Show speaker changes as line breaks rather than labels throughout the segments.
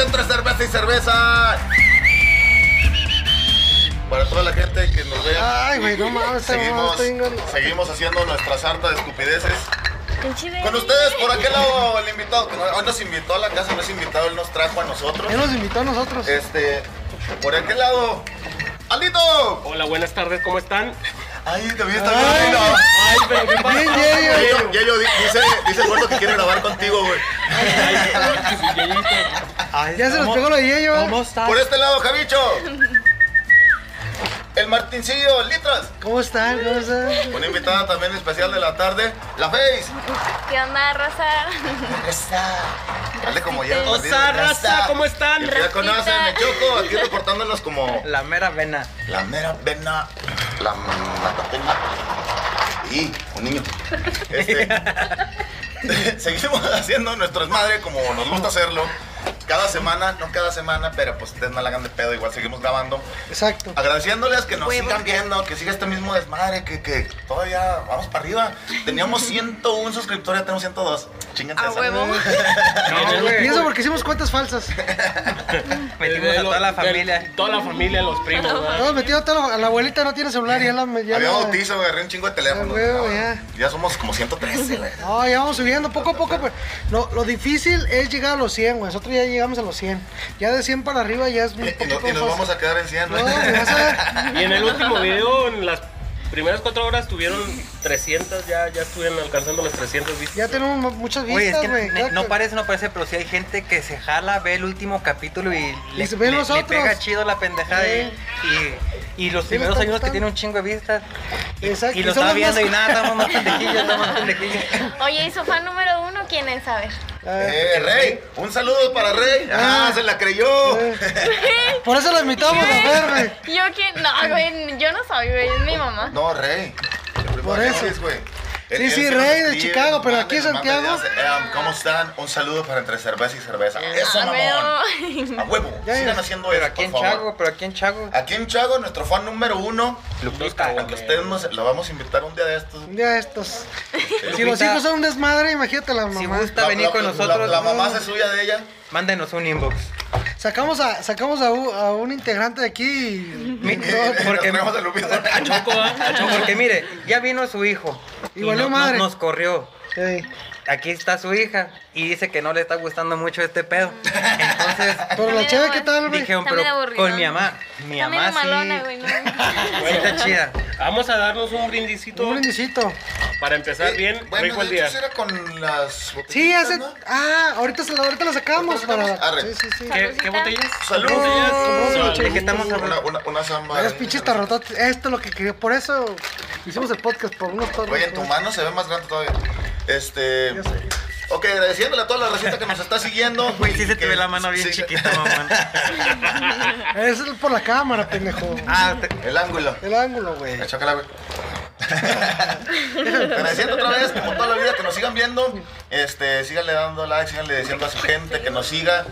entre cerveza y cerveza. Para toda la gente que nos vea.
Ay, güey, no mames, esta mamá
Seguimos,
está bien grande.
seguimos haciendo nuestra sarta de estupideces.
Pinche bebé.
Con ustedes, por aquel lado, el invitado. que no- Hoy nos invitó a la casa, no es invitado, él nos trajo a nosotros.
Él nos invitó a nosotros.
Eh,
Este, por aquel lado, Alito.
Hola, buenas tardes, ¿cómo están?
Ay, también está
Ay.
bien. lindo.
Ay, pero qué
Bien,
pasa.
Yeyo.
Yayo, Yayo, di- dice, dice el gordo que quiere grabar contigo, güey.
Ay, Yeyito.
Ya se nos pegó lo de Yeyo. ¿eh?
¿Cómo estás?
Por este lado, Javicho. El Martincillo, Litras.
¿Cómo están? ¿Cómo están?
Una invitada también especial de la tarde, la Face.
¿Qué onda, raza?
Dale como ya.
O sea, raza, ¿cómo están?
Y que Ya conocen, me choco, aquí reportándonos como
La mera vena.
la mera vena, la matapena. Y un niño. Este, seguimos haciendo nuestro madre como nos gusta hacerlo. Cada semana, no cada semana, pero pues ustedes no la hagan de pedo, igual seguimos grabando.
Exacto.
Agradeciéndoles que nos sigan viendo, que siga este mismo desmadre, que, que todavía vamos para arriba. Teníamos 101 suscriptores, ya tenemos 102. Chingate
A
esa.
huevo.
Eh,
No,
Y
güey.
eso eh, porque hicimos cuentas falsas.
Metimos
De
a
lo-
toda la
de
familia.
Toda la familia, los primos, ¿verdad?
Todos metidos, toda la, la abuelita no tiene celular, ya la... Ya
Había
la-
bautizo, agarré un chingo de
A
teléfonos.
huevo,
Ah,
ya.
ya somos como 113, güey.
No, Ah, ya vamos subiendo poco a poco. Pero no, lo difícil es llegar a los 100, güey. Nosotros ya llegamos a los 100. Ya de 100 para arriba ya es
Y,
muy pues,
y
poquito
no- y nos
fácil.
vamos a quedar en 100,
No,
güey.
me vas a ver.
Y en el último video, en las primeras cuatro horas tuvieron 300, ya, ya estuvieron alcanzando las 300 vistas.
Ya tenemos mu- muchas
Oye, es
vistas,
que
güey.
ne-
Cada-
no parece, no parece, pero sí hay gente que se jala, ve el último capítulo y le,
se ven
le-
los
le
otros.
pega chido la pendejada. y-
Sí.
Y, y los primeros
Sí, le está
hay unos que
gustando.
tienen un chingo de vistas. Y,
Exacto,
y
y
lo
son
está
los
viendo
más- Pues,
y nada, estamos más pendejillos, estamos más pendejillos.
Oye, ¿y su fan número uno quién es? A ver.
Eh,
Eh, Rey, un saludo para Rey. Ah, se la creyó.
Eh. por eso lo invitamos a ver, güey.
¿Yo quién? No, güey, yo no soy, güey, es mi mamá.
No, Rey.
Por eso.
Sí, güey.
Sí,
Él-
sí,
él
Rey de
escribe,
Chicago, pero
manda-
aquí en
nos manda
Santiago.
ideas. Eh, ¿Cómo están? Un saludo para entre cerveza y cerveza.
Eh,
Eso,
Ah,
mamón.
veo.
A huevo.
Ya, ya.
Sigan haciendo
Pero
eso,
aquí
por
en
favor.
Chago, pero aquí en Chago.
Aquí en Chago, nuestro fan número uno.
Lupita,
A que ustedes nos lo vamos a invitar un día de estos.
Un día de estos. Si
Lupita.
los hijos son un desmadre, imagínate la
Si
mamá.
gusta venir con
la-
nosotros,
La, la mamá
no,
se suya de ella.
mándenos un inbox.
Sacamos a, sacamos a, u- a un integrante de aquí.
Mi-
y-
Porque
porque,
tenemos a Lupita.
A Choco, ¿verdad? A Choco.
porque mire, ya vino su hijo.
Y valió
no- no-
madre.
Nos corrió.
Ey,
aquí está su hija y dice que no le está gustando mucho este pedo. Entonces
Pero la
También
cheve,
era
¿qué tal, güey?
dijeron,
Mm. Está
pero
medio aburrido.
con mi mamá, mi
Está
mamá
medio
sí,
malona, güey, no.
sí está chida.
Vamos a darnos un brindicito
Un brindisito.
para empezar bien,
bueno,
rico el
de
día.
hecho, era con las
Sí,
botellitas,
hace.
¿no?
Ah, ahorita, se la, ahorita la sacamos
Ahorita la
para.
sacamos. Arre.
Sí, sí, sí.
¿Qué, qué botellas?
Salud.
Salud.
¿De qué estamos
Una,
hablando?
una, una samba.
Varios pinches tarrototes. Esto es lo que quería. Por eso hicimos el podcast, por unos tarros.
Oye, en tu mano se ve más grande todavía. Este.
Ya sé.
Ok, agradeciéndole a toda la receta que nos está siguiendo.
Güey, sí se te
Que-
ve la mano bien
sí,
chiquita, mamá.
Es el- por la cámara, pendejo.
Ah, te-
El ángulo.
El ángulo, güey.
La chacala, güey. Agradeciendo otra vez, como toda la vida, que nos sigan viendo. Este, síganle dando like, síganle diciendo a su gente que nos siga.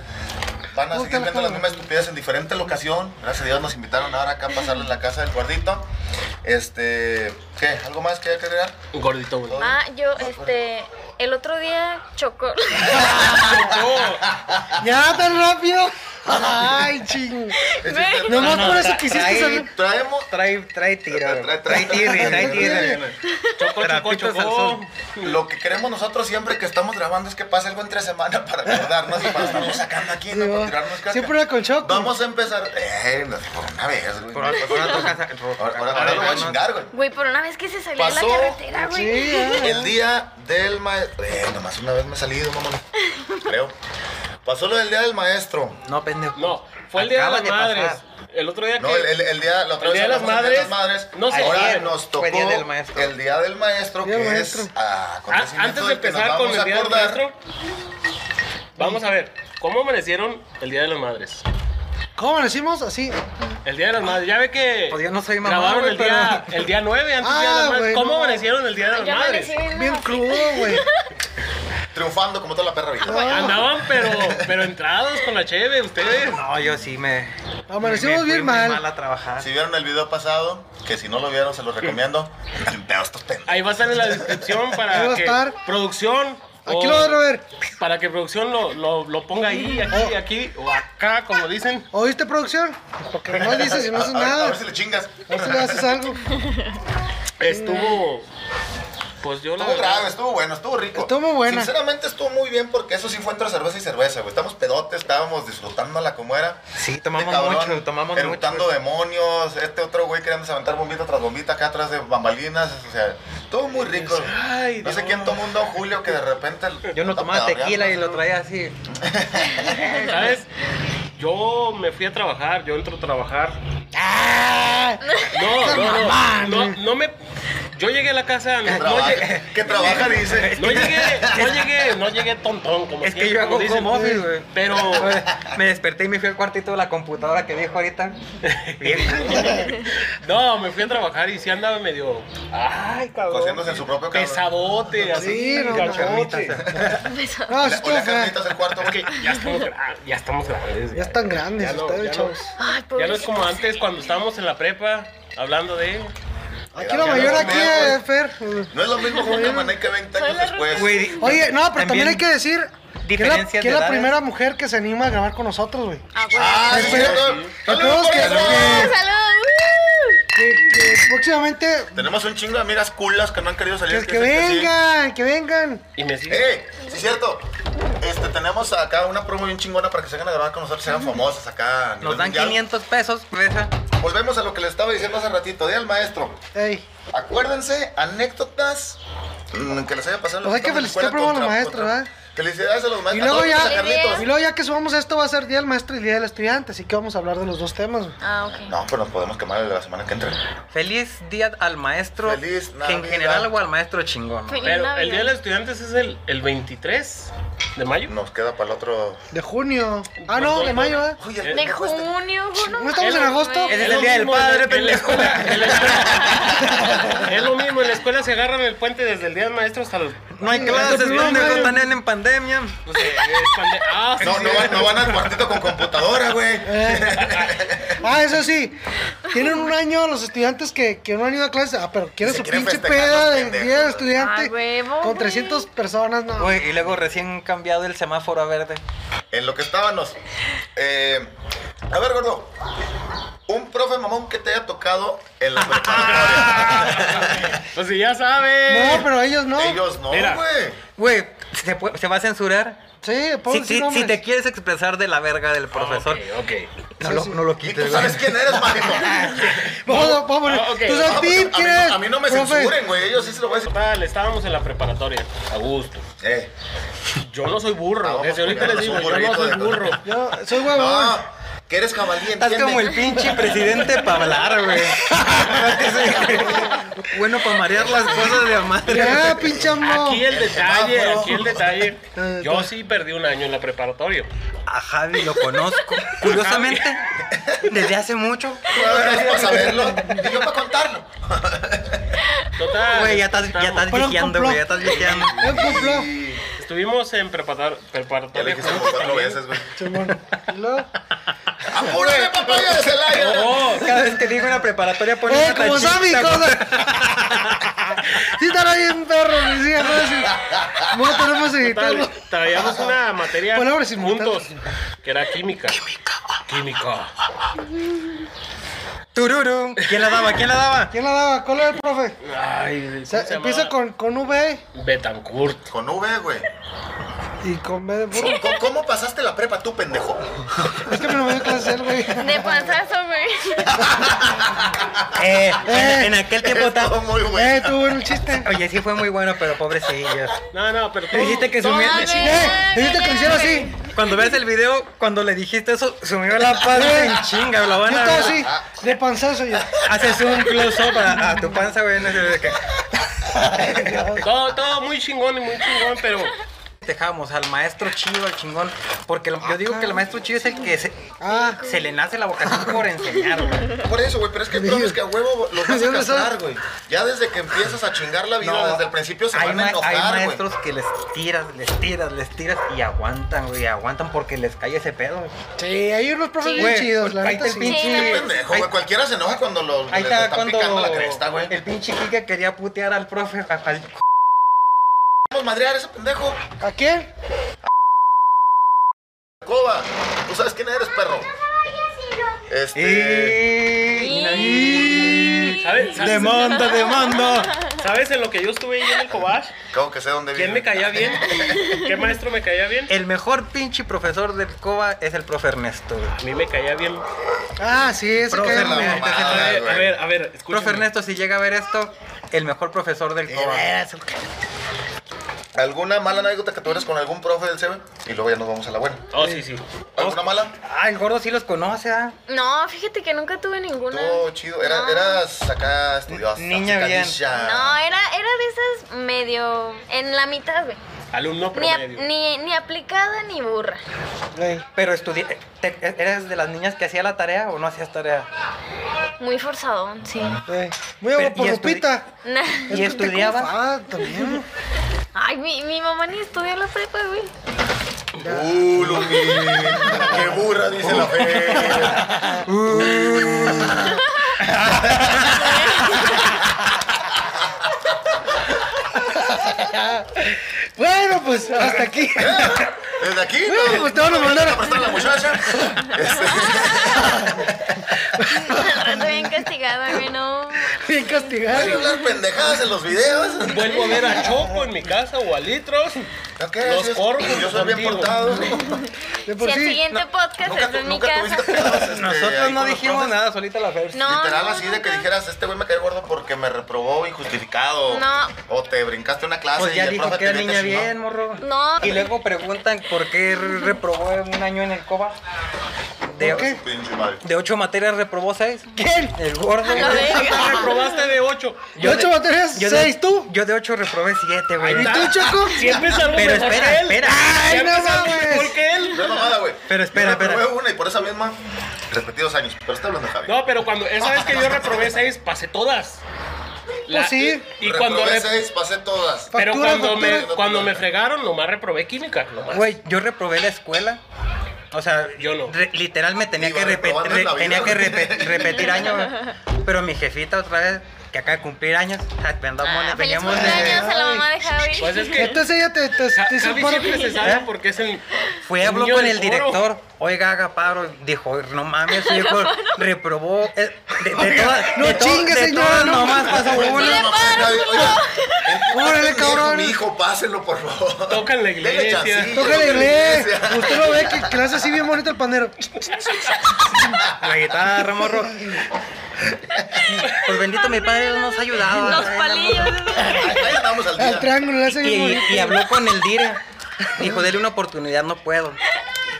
Van a seguir viendo las mismas estupideces en diferente locación. Gracias a Dios nos invitaron ahora acá a pasarle la casa del gordito. Este, ¿qué? ¿Algo más que hay que agregar?
Gordito, güey.
Ah, yo, este, el otro día chocó.
¡Ya tan rápido! ¡Ay, ching! Nomás por eso quisiste
trae-
salir.
Traemos.
trae, trae tiro.
Trae- trae-
Trae tiro, trae tiro.
Choco, choco,
Trapitos al
choco.
sol.
Lo que queremos nosotros siempre que estamos grabando es que pase algo entre semana para acordarnos y para estarnos sacando aquí, ¿no?
Sí,
Para
va.
tirarnos caca.
Siempre era con Choco.
Vamos a empezar. Eh, no, por una vez, güey.
Por ahora por ahora toca sa- por-
Ahora, ahora-
por
ahora lo voy a
no-
chingar, güey.
Güey, por una vez que se salió
Pasó.
a la carretera, güey.
Sí, ¿eh? ya.
El día del maestro. Eh, nomás una vez me he salido, mamón. Creo. Pasó lo del día del maestro.
No, pendejo.
No, fue el día de
Acaba
las madres.
pasar.
El otro día que.
No, el, el- el día, la otra vez
El día de las
hablamos del día de
madres.
las madres.
No sé,
Ahora
ayer
nos tocó
fue día del maestro.
el día del maestro,
Día
que
del maestro.
es ah,
Ah,
acontecimiento
antes de
del que nos
empezar con
vamos
el
a
Día del
acordar.
Maestro, vamos a ver, ¿cómo amanecieron el Día de las Madres?
¿Cómo lo hicimos? Así.
El Día de las Madres, ya ve que
Pues yo no soy mamá,
grabaron
güey,
el, día,
pero-
el día 9, antes del Día de
Ah,
las Madres.
güey,
¿Cómo
no.
amanecieron el Día de
Yo
las Madres?
amanecí bien
Bien crudo, güey.
Triunfando como toda la perra vida.
Andaban pero, pero entrados con la cheve, ustedes.
No, yo sí me. me
Amanecimos
fui
bien
muy
mal.
mal a
Ah.
trabajar.
Si vieron el video pasado, que si no lo vieron, se los recomiendo. Andan pedos estos pendejos.
Ahí va a estar en la descripción
Ahí va
para
a
que
estar.
producción. o
Aquí lo brother.
Para que producción lo, lo, lo ponga ahí, aquí, aquí o acá, como dicen.
¿Oíste, producción? Porque Pues, no dices y no haces
A- a- A
nada.
ver si le chingas.
A ver si le haces algo.
Estuvo. Pues yo la
Estuvo
verdad-
grave, estuvo bueno, estuvo rico.
Estuvo muy buena.
Sinceramente estuvo muy bien porque eso sí fue entre cerveza y cerveza, güey. Estamos pedotes, estábamos disfrutándola como era.
Sí,
Este
tomamos
cabrón
mucho, tomamos
eructando
mucho.
demonios, este otro güey queriendo aventar bombita tras bombita acá atrás de bambalinas, o sea, todo muy rico.
Ay,
no sé
Dios.
quién tomó un Don Julio que de repente... el-
Yo no
está
tomaba
pedorreando.
tequila y lo traía así.
¿Sabes? Yo me fui a trabajar, yo entro a trabajar. No, no, no, no, no me. Yo llegué a la casa, no,
Que
no
trabaja,
llegué,
que trabaja, dice.
no llegué, no llegué, no llegué tontón como
Es que
siempre,
yo
como
hago
dicen.
home office, güey.
Pero
Me desperté y me fui al cuartito de la computadora que dijo ahorita.
no, me fui a trabajar y sí andaba medio, ay, cabrón,
Cociéndose en su propio cabrón.
pesadote, así,
Sí, no,
gachote.
No, sí
Le-
estuvo
Olía
fea.
carnitas el cuarto,
Es que
güey.
ya estamos, gra- ya estamos grandes.
Ya están grandes
no-
ustedes,
ya
chavos.
Ay,
no- ya no
pobrecitos.
es como antes cuando estábamos en la prepa hablando de
Aquí lo mayor aquí eh.
pues.
es Fer.
No es lo mismo con Camané que 20 años después.
Güey,
Oye, no, pero también hay que decir que es la,
diferencias
que es
de
la
edades.
primera mujer que se anima a grabar con nosotros, güey.
Ah, bueno.
¡Ah, sí,
Espera-
cierto!
Esperemos
¡Saludos,
que-
Camané!
que-
¡Salud!
Que, que próximamente
Tenemos un chingo de amigas culas que no han querido salir.
Pues que, que
dicen sí.
vengan, que vengan.
y me sigue.
¡Eh! Sí, es cierto. Este, tenemos acá una promo bien chingona para que se hagan a grabar con nosotros, sean famosas acá. a nivel
Nos dan
mundial.
500 pesos, pesa.
Volvemos a lo que les estaba diciendo hace ratito. Día al maestro.
Ey,
Acuérdense, anécdotas mm, que les haya pasado. en
Pues hay
que estaban
que
en la escuela
felicitar primero a los
contra-
maestros,
contra-
¿verdad?
Felicidades a los
y
maestros.
luego
a todos,
ya,
Carlitos.
y luego ya que subamos esto va a ser día del maestro y día del estudiante, así que vamos a hablar de los dos temas. güey.
Ah, ok.
No, pero nos podemos quemar el de la semana que entra.
Feliz día al maestro.
Feliz
que en
Navidad.
general o al maestro chingón. ¿no?
Feliz
Pero
Navidad.
el Día de los Estudiantes es el, el 23 de mayo.
Nos queda para el otro.
De junio. Ah, no, de mayo, ¿verdad?
Oye, este?
De junio, güey,
¿No estamos en agosto?
Ese
mames.
es el Día del
mismo en-
Padre,
en la
pendejo.
escuela- en la escuela- Es lo mismo, en la escuela se agarran el puente desde el Día del Maestro hasta el...
No hay
Ay,
clases,
no,
pendejo,
no, no.
están en pandemia.
Pues, eh, es pande- ah, sí,
No, no, van- no van al cuartito con computadora, güey.
Ah, eso sí. Tienen un año los estudiantes que, que no han ido a clase. Ah, pero quieren
Se
su
quieren
pinche
festejar
peda
los
de
pendejos,
día del
güey.
estudiante.
Ah, huevo,
con
güey.
300 personas, no.
Uy, y luego recién cambiado el semáforo a verde.
En lo que estábamos. Eh, a ver, gordo. Un profe mamón que te haya tocado en la preparatoria.
Pues si ya sabes.
No, pero ellos no.
Ellos no,
Mira.
güey.
Güey, ¿se, puede- ¿se va a censurar?
Sí, puedo
Si,
decir
si- si
nombres.
te quieres expresar de la verga del profesor,
Ah,
Ok,
no, lo, no lo
Y tú
quites, güey.
sabes quién eres, marico.
Vamos, vamos.
Ah, ok.
Tú
No,
sabes,
pues,
Pim,
a, mí
¿quién
no,
eres?
a mí no me
Profe.
censuren, güey. Ellos sí se lo voy a decir.
Total, Pues, ah, estábamos en la preparatoria, a gusto.
Eh,
Yo no soy burro,
Ah, vamos
desde ahorita
comiéndonos
les digo,
un
yo no
burrito
soy
de-
burro.
Yo soy huevón.
no, que eres jabalí,
Estás
¿entiendes?
como el pinche presidente para hablar, güey. bueno, para marear las cosas de la madre.
Ya, pinche amo.
Aquí el detalle,
semáforo.
aquí el detalle.
Eh,
Yo sí perdí un año en la preparatoria.
A Javi lo conozco. Curiosamente, desde hace mucho.
para saberlo. Y yo para contarlo.
Total.
Güey, ya estás, ya
estábamos-
estás
Fueron
liqueando,
complot.
güey, ya estás liqueando.
Es complot.
Estuvimos en preparar-
Ya le
preparatoria.
dijiste como cuatro veces, güey.
Simón. Y luego-
¡Apúrame, papaya de Celaya!
Oh,
Cada vez que digo una preparatoria pone
¡Eh,
una
como
tachita,
Sammy!
güey.
cosa! Sí, estará bien perro, mis hijas. ¿no? Sí. Bueno, tenemos que
Total,
editarlo.
traíamos una materia
Palabras
juntos, que era química. Química.
Tururu. ¿Quién la daba? ¿Quién la daba?
¿Quién la daba? ¿Cuál era el profe?
Ay, ¿cómo
O sea,
se
empieza
llamaba?
con, con V
Betancourt.
Con V, güey.
y con B de burro.
¿Cómo, cómo pasaste la prepa tú, pendejo?
Es que me lo voy a clase, güey.
De panzazo, güey.
Eh, en, en aquel tiempo
Estuvo
estaba.
muy bueno.
Eh, tuvo un chiste.
Oye, sí fue muy bueno, pero pobrecillos.
No, no, pero tú.
Dijiste que sumió.
Todavía.
Eh, dijiste que lo hiciera así.
Cuando ves el video, cuando le dijiste eso, sumió la panza en chinga, la
Yo
van a
estaba
ver.
así, de panzazo yo.
Haces un close-up a, a tu panza, güey. No sé, de que-
Todo, todo muy chingón y muy chingón, pero.
Dejamos al maestro chido, al chingón. Porque lo- yo digo que el maestro chido es el que se,
Ah,
se le nace la vocación por enseñar, güey.
Por eso, güey, pero es que hay profes que a huevo los vas a
Yo no sé.
castrar, güey. Ya desde que empiezas a chingar la vida,
No,
desde el principio se
hay,
van a
ma- hay
enojar, güey.
maestros que les tiras, les tiras, les tiras y aguantan, güey. Aguantan porque les cae ese pedo, güey.
sí, hay unos profes bien
Güey, pues,
chidos, la
ahí está
neta
el
sí.
pinche.
Sí, no.
Pendejo, güey,
ahí-
cualquiera se enoja cuando lo,
Ahí
le- le
está
están
cuando
picando la cresta, güey.
el pinche Kike quería putear al profe. al- al-
Vamos queremos madrear ese pendejo.
¿A quién?
Coba, tú sabes quién eres, perro. Este.
eh,
Eh, Y-
¿Sabes? ¿Sabes?
Demanda, demanda.
¿Sabes en lo que yo estuve ahí en el Cobach?
Acabo que sé dónde vive.
¿Quién me caía bien? ¿Qué maestro me caía bien?
El mejor pinche profesor del COBA es el profe Ernesto. güey.
A mí me caía bien.
Ah, sí, ese
Profe,
que
la
güey.
mamá.
A ver, a ver, a ver, escúchame.
Profe Ernesto, si llega a ver esto, el mejor profesor del COBA.
Era ese el que-
¿Alguna mala anécdota que tuvieras con algún profe del CB? Y luego ya nos vamos a la buena.
Oh, sí, sí.
¿Alguna mala?
Ah, el gordo sí los conoce, ¿ah?
No, fíjate que nunca tuve ninguna.
Estuvo chido. Era,
No.
Eras acá estudiosa.
Niña bien.
sacadilla.
No, era, era de esas medio en la mitad, güey.
Alumno
Ni, ap-
promedio.
ni, ni aplicada ni burra.
Güey.
Pero estudi te- ¿eres de las niñas que hacía la tarea o no hacías tarea?
Muy forzadón, sí.
güey. Muy
Pero,
bueno por
¿y
Lupita.
Nah.
¿Y
Es que te
estudiabas?
confada también.
Ay, mi, mi mamá ni estudió la prepa, güey.
Uh, Lumi. Qué burra, dice la fe.
Bueno, pues hasta aquí.
Desde aquí.
Bueno, pues te van a mandar a-
prestar la muchacha. Este,
Al rato bien castigada, güey, no.
Bien castigado.
hay que hablar pendejadas en los videos.
Vuelvo a ver a Choco en mi casa o a Litros.
Ok,
Los
yo-
corro
Yo soy bien
contigo.
portado.
De por
Si el
sí.
siguiente podcast
Nunca,
es en mi
nunca
casa.
tuviste pedos, este,
Nosotros
ahí
no
con los
dijimos
profes.
nada, solita la Fer.
No,
Literal
no,
así de que
nunca.
dijeras, este güey me cae gordo porque me reprobó injustificado.
No.
O te brincaste una clase
Pues
y
ya
Ah, el
dijo
profe
que era
tenía
niña
chingar.
bien, morro.
No.
Y luego preguntan por qué reprobó un año en el COBA. De,
¿Por qué?
Pinche madre.
de ocho materias reprobó seis.
¿Quién?
El gordo.
la
güey.
verga.
Reprobaste de 8.
Yo ocho
de-
materias,
yo de-
seis tú.
Yo de ocho reprobé siete, güey.
¿Y tú, Choco?
Siempre salgo
Pero
mejor
espera,
que él.
espera.
Ay,
Siempre
no
salgo
mames.
mejor que él.
No es mamada, güey.
Pero espera,
Yo reprobé
espera.
una y por esa misma, repetidos años. Pero está hablando Javi.
No, pero cuando esa vez que yo reprobé seis, pasé todas.
Pues sí.
Y cuando
reprobé
re-
seis, pasé todas.
pero
Factura,
cuando me
factura.
cuando me fregaron, nomás reprobé química, nomás.
Güey, yo reprobé la escuela. O sea,
Yo no.
re- literal me tenía
Iba
que, repe-
reprobando
re-
en la vida.
tenía que repe- repetir años. güey. Pero mi jefita otra vez, que acaba de cumplir años, ja, andamos-
Ah, feliz
veníamos de-
cumpleaños a la mamá de Javi.
Pues es que
Entonces ella te, te,
Ja-
te hizo
Javi
paro.
siempre se sabe
¿Eh?
porque es el
Fue habló
niño
con
del
el
coro.
director, oiga, haga paro. Dijo, no mames, su hijo reprobó. eh, De, de todas,
no
de to-
chingue,
de
señora,
todas
no.
nomás pasó
Mire,
una.
No,
paro,
nadie-
no.
oiga,
Órale,
mi hijo,
cabrón.
Mi hijo, pásenlo, por favor.
Toca en la
Denle
iglesia.
chancilla,
Toca la
toca en
iglesia. Usted lo ve que, que le hace así bien bonito el panero.
La guitarra, morro. Pues bendito mi padre Dios nos ha ayudado.
Los
Ay,
palillos.
Ahí andamos al
El
día.
triángulo le hace bien
Y,
bonito.
y habló con el dire. Dijo, dele una oportunidad, no puedo.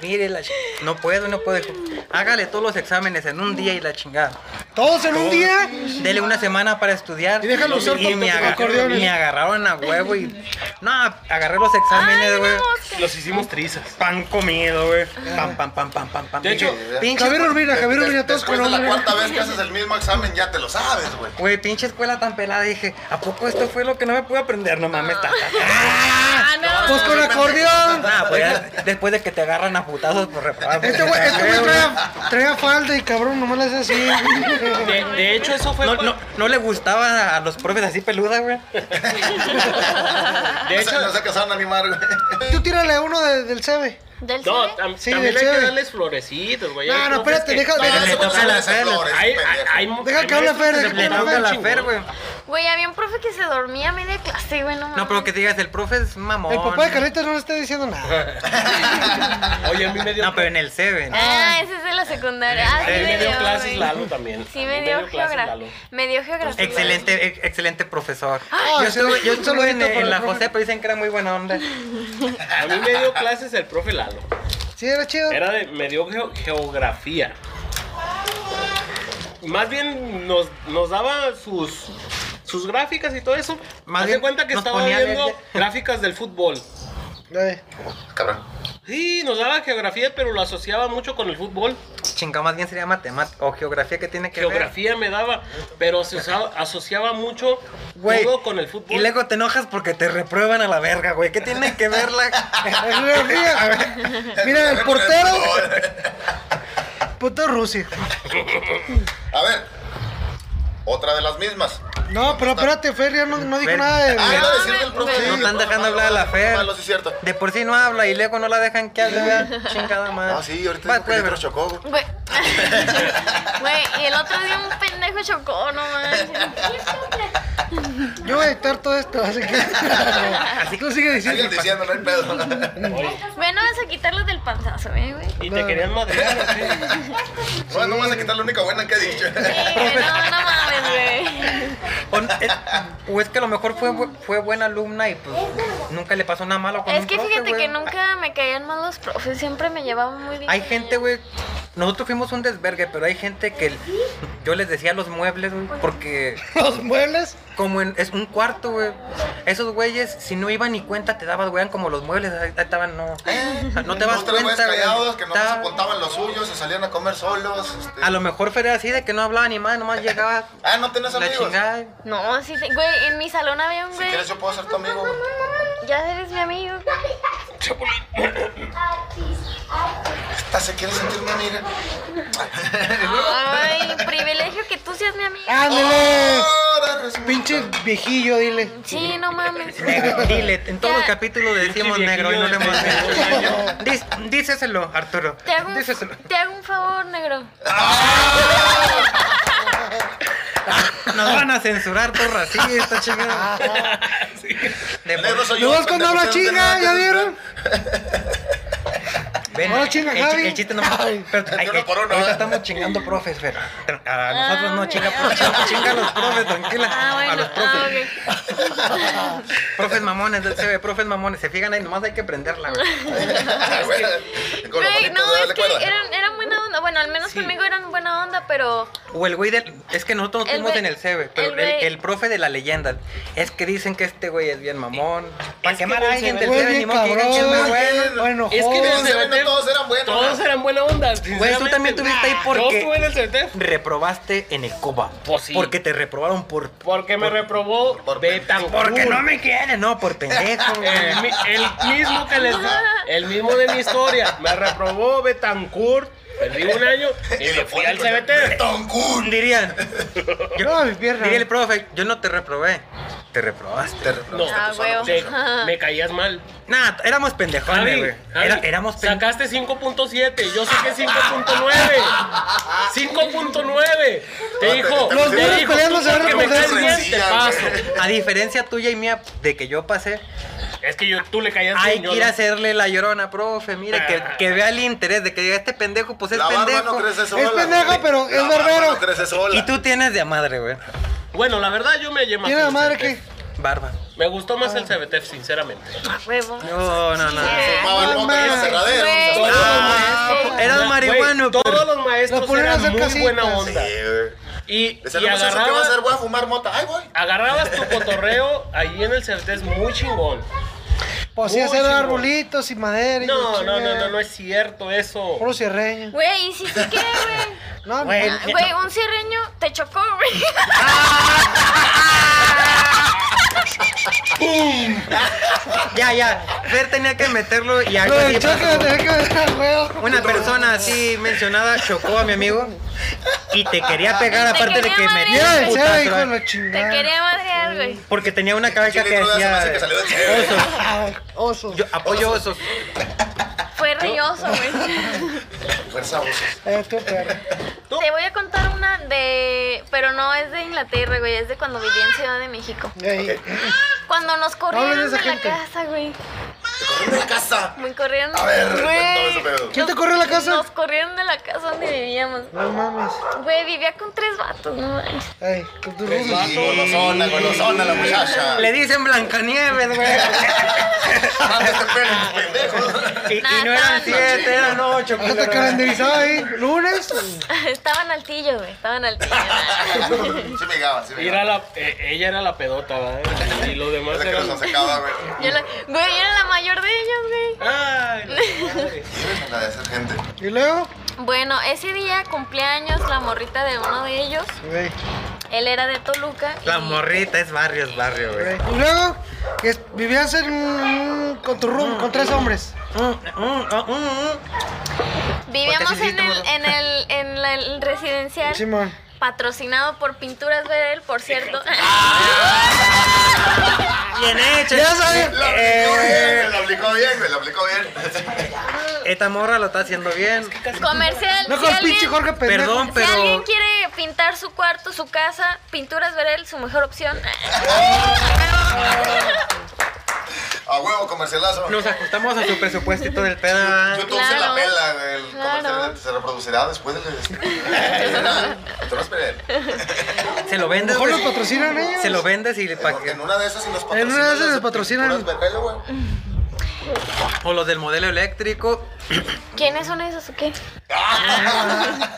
Mire, la chi- no puedo, no puedo. Dijo, hágale todos los exámenes en un día y la chingada.
Todos en un día.
Dele una semana para estudiar.
Y déjalo usar
Y
con-
me,
con
aga-
acordeones.
me agarraron a huevo y. No, agarré los
Ay,
exámenes, güey.
una mosca.
Los hicimos trizas.
Pan comido, güey. Pam, pam, pam, pam, pam, pam.
De hecho,
pinche,
Javier Urbina, Javier Urbina, todos
Después de
con
la
Urbina.
cuarta vez que haces el mismo examen, ya te lo sabes, güey.
güey, pinche escuela tan pelada. Dije, ¿a poco esto fue lo que no me pude aprender? No mames, ta, ta, ta.
Ah, no.
Pues con acordeón.
Nah, pues, ya después de que te agarran a putazos por reprobar.
Este güey este güey traía, traía falda y cabrón, nomás le hace así.
De, de hecho eso fue
No,
pa-
no, no le gustaba a los profes así peluda, güey.
de
No se-
hecho
no se casaron a animar, güey.
Tú tírale a uno de- del CB.
Del
no,
cine.
tam-
Sí,
también
del
hay que
cheve.
darles florecitos, güey.
No,
Hay
no,
profes
espérate,
que-
deja-
No,
deja-
ese
toca
profe
la
le hace
Fer,
flores,
Hay-
pendejo.
hay- hay-
Deja
hay
que hable
maestros
Fer,
se
deja que
Le
hable
portaban
toca la
chingón.
fer, güey.
Güey, había un profe que se dormía a media clase, güey, no mames.
No, pero que te digas, el profe es mamón.
El papá de Carlitos no le está diciendo nada.
Oye, a mí me dio
No, pero en el Seven.
Ah, ese es de la secundaria. Ah,
a
sí
mí Eh, me dio clases
güey.
Lalo también.
Sí,
A mí
me dio
clases Lalo.
geografía. Me dio geografía.
Excelente, ex- excelente profesor.
Ah,
yo
excelente.
estuve, yo
Un
estuve
saludito
en,
para
en
el
la
profe.
José, pero dicen que era muy buena onda.
A mí me dio clases el profe Lalo.
Sí, era chido.
Era de, me dio geo- geografía. Más bien nos, nos daba sus, sus gráficas y todo eso.
Más
Más de
bien
cuenta que
nos
estaba
ponía a leer
viendo
ya.
gráficas del fútbol.
Eh,
Cabrón.
Sí, nos daba geografía, pero lo asociaba mucho con el fútbol.
Chinga, más bien sería matemática o geografía que tiene que ver.
Geografía me daba, pero se usaba- asociaba mucho
Güey,
todo con el fútbol.
Y luego te enojas porque te reprueban a la verga, güey. ¿Qué tiene que ver la.?
es una ría. Mira, el portero. Puto Rusia.
A ver, otra de las mismas.
No, pero espérate, Fer ya no, no dijo
Fer.
nada de.
Ah, iba a decir del
No,
profe.
me-
sí,
No están
profe
dejando hablar a la
Malo,
Fer.
Malo, sí, es cierto.
De por sí no habla y luego no la dejan que hable, ¿verdad? Chingada madre.
No, Ah, sí, ahorita
Va,
dijo que el
pues,
litro chocó. güey.
Güey. Güey, y el otro día un pendejo chocó, no manches.
Yo voy a editar todo esto, así que. Así que sigue diciendo.
Alguien diciendo, no hay pedo.
Güey, no vas a quitarlos del panzazo, eh, güey.
Y
No.
te querían madrear, ¿o qué?
No, no vas a quitar la única buena que he dicho.
Sí, güey, no, no mames, güey.
O, es, o es que a lo mejor fue, bu- fue buena alumna y pues nunca le pasó nada malo con
Es
un
que
profe,
fíjate
güey.
que nunca me caían mal los profes, siempre me llevaban muy bien.
Hay gente, güey. Nosotros fuimos un desvergue, pero hay gente que el- yo les decía los muebles, güey, porque
Los muebles.
como en- es un cuarto, güey. Esos güeyes, si no iban ni cuenta, te dabas, güey, eran como los muebles, ahí estaban, no. o sea, no te das
Dos, tres güeyes
cuenta,
callados
güey.
que nomás
Estaba-
se contaban los suyos, se salían a comer solos. este.
A lo mejor fue así de que no hablaba ni más, nomás llegaba
Ah, ¿no tenés
la
amigos?
chingada.
No, sí, te- güey, en mi salón había un
Si
güey.
quieres yo puedo ser tu amigo. güey.
Ya eres mi amigo.
Esta se quiere sentir mi amiga.
Ay, privilegio que tú seas mi amigo.
Ándale.
Oh. Ahora resulta-
Pinche viejillo, dile.
Sí, no mames.
Negro, dile, en todos los
Ya.
capítulos le decimos
Pinche
negro y no le
viejillo
hemos
de
dicho. Dis- Díceselo, Arturo.
Te hago,
Díceselo.
un, te hago un favor, negro.
Nos van a censurar por racista, chingada. De por-
Negro soy
¿No
yo.
ves cuando
pendejo,
habla
ustedes no
chinga?
tienen
¿Ya
nada que
vieron?
hacer.
Ven,
Ahora chinga,
el, chi-
Javi.
el chiste no me
Ay.
pero, ay,
Yo no
ay,
por uno,
ahorita
¿eh?
estamos chingando profes, pero a nosotros no
Ah,
chinga,
mira.
pro- chinga, chinga a los profes, tranquila.
Ah,
A
bueno.
los profes.
Ah, ok.
Profes mamones del CB, profes mamones, se fijan ahí, nomás hay que prenderla. güey.
Ay, güey, Con los
Güey,
bonitos,
no, es
dale cuerda.
que eran, eran buena onda. Bueno, al menos
Sí.
conmigo eran buena onda, pero
O el güey del. Es que nosotros
El
fuimos
güey-
en el CB, pero
el
el,
güey-
el profe de la leyenda. Es que dicen que este güey es bien mamón. Para
Es que
quemar
en
a
el
alguien
CB
del
Güey,
CB, ni
bien
modo que digan que es
cabrón.
muy bueno.
Bueno,
Es que en el
Todos
joder.
eran-
CBT
todos eran buenos.
Todos eran buena onda.
Güey, tú también
sinceramente.
tuviste ahí
Nah, Yo
porque-
estuve en el CBT.
Reprobaste en el COBA.
Pues sí.
Porque te reprobaron por.
Porque me reprobó
por
de
pendejo.
tambor.
Porque no me quieren, no, por pendejo, güey.
El, Eh, mi- el mismo que les el mismo de mi historia. Me reprobó Betancourt. Perdí un año y me fui al
pues,
CBT.
Toncún.
Dirían.
No, mi pierna.
Diría el profe, yo no te reprobé. Te reprobaste.
Te reprobaste, pues,
No,
Ah,
tú
huevo.
solo.
te- me caías mal.
Nah, éramos pendejones,
Javi,
güey.
Javi,
Era- éramos pendejones.
Sacaste 5.7, yo saqué 5.9. 5.9. Te dijo,
Los
te
duros
dijo,
peleando
tú
se van a
porque me
reprobar.
caes bien, te
Rencillas,
paso.
güey.
A diferencia tuya y mía de que yo pasé,
Es que yo, tú le caías bien.
hay
yo
que ir
no. Ah.
a hacerle la llorona, profe. Mira, que, que vea el interés de que diga este pendejo, pues es
La barba
pendejo.
no crece sola.
Es pendejo,
güey.
pero es
La barba
barbero.
No crece sola.
y tú tienes de a madre, güey.
Bueno, la verdad yo me llevo
Tiene la madre que. Ah.
Barba.
Me gustó más el CBT, sinceramente.
a ah, huevo.
No, no, no.
Fumaba el mota en los
Mamá.
cerraderos,
Güey.
se asomaba,
Ah,
güey.
eras
Güey,
marihuano,
Todos
pero
los
Los
maestros
ponían a
eran
hacer
muy
casitas.
buena onda.
Sí, güey.
Y,
Decía,
y
no sé si qué va a hacer,
agarrabas,
voy a fumar mota. Ay, güey.
agarrabas tu cotorreo ahí en el CBT, es muy chingón.
Pues sí,
Uy,
hacer
sí, güey.
arbolitos y madera. y
este, No, no,
la
no,
chingada.
no, no es cierto eso.
Puro cierreño.
Güey, ¿y si sí qué, güey?
No,
Güey,
no.
Güey, un cierreño te chocó, güey.
ya, ya. Fer tenía que meterlo y algo
Lo del
así
choque
pasó.
me tenía que ver al juego.
Una persona así mencionada chocó a mi amigo y te quería pegar,
Te
aparte de
quería
que
madrear.
metía
Mira,
un
el
putazo,
chavo, hijo de
güey.
la chingada.
Te quería madrear, güey.
Porque tenía una cabeza
Chile
que
cruda se me hace
decía
que salió de chévere.
osos.
Ay, Osos.
Yo apoyo osos.
Fue rilloso, güey.
Fuerza, osos.
Eh, tú, perro.
Te voy a contar una de... Pero no es de Inglaterra, güey. Es de cuando viví en Ciudad de México.
Ey.
Cuando nos corrieron
hables de
de
esa
la
gente.
casa, güey.
Corriendo de casa.
Me corrieron...
A ver,
Güey.
cuéntame ese pedo.
¿Quién te corrió la casa?
Nos corrieron de la casa donde vivíamos.
No mames.
Güey, vivía con tres vatos, no manches.
Ey, con tus
Sí,
rubios.
golosona, golosona la muchacha.
Le dicen Blancanieves, güey.
Manda este pelo, los pendejos.
Y, y no eran siete, eran ocho.
Ah, te calendarizaba ahí. ¿Lunes?
Estaban altillo, güey. Estaban altillo.
Sí me llegaba, sí me
Era
llegaba.
la, eh, ella era la pedota, ¿verdad? Y los demás
Desde que
eran...
nos sacaba, güey.
Yo la- Güey, era la mayor de ellos, güey.
Ay, la madre.
La de hacer gente.
¿Y luego?
Bueno, ese día cumpleaños la morrita de uno de ellos.
Ey,
Él era de Toluca.
La
y-
morrita es barrio, es barrio, güey.
ey. ¿Y luego? que es- Vivías en un- con tu room, con tres hombres.
Mm, mm, mm, mm.
Vivíamos
¿Cuántas
en
hiciste,
el,
morro?
en el, en la- el residencial.
Simón.
patrocinado por Pinturas Verel, por cierto.
Ah,
Bien Eh, hecho.
Ya sabía.
Lo aplicó bien, lo aplicó bien, güey, lo aplicó bien.
Esta morra lo está haciendo bien.
Comercial.
No
si
con
alguien-
pinche Jorge pendejo.
Perdón,
Si alguien
pero.
quiere pintar su cuarto, su casa, Pinturas Verel, su mejor opción.
A huevo, comercialazo.
Nos ajustamos a su presupuestito del pedo. ¿verdad?
YouTube se la
Ah, Claro.
pela, güey, el
Claro.
comercial se reproducirá después este. del. Tú no esperes.
Se lo vendes.
Mejor
güey.
lo patrocinan ellos.
Se lo vendes y le pa-
En en una de esas, si nos
En
patrocinan.
una de esas nos
las
patrocinan.
pinturas Berrelo, güey.
O los del modelo eléctrico.
¿Quiénes son esos o qué?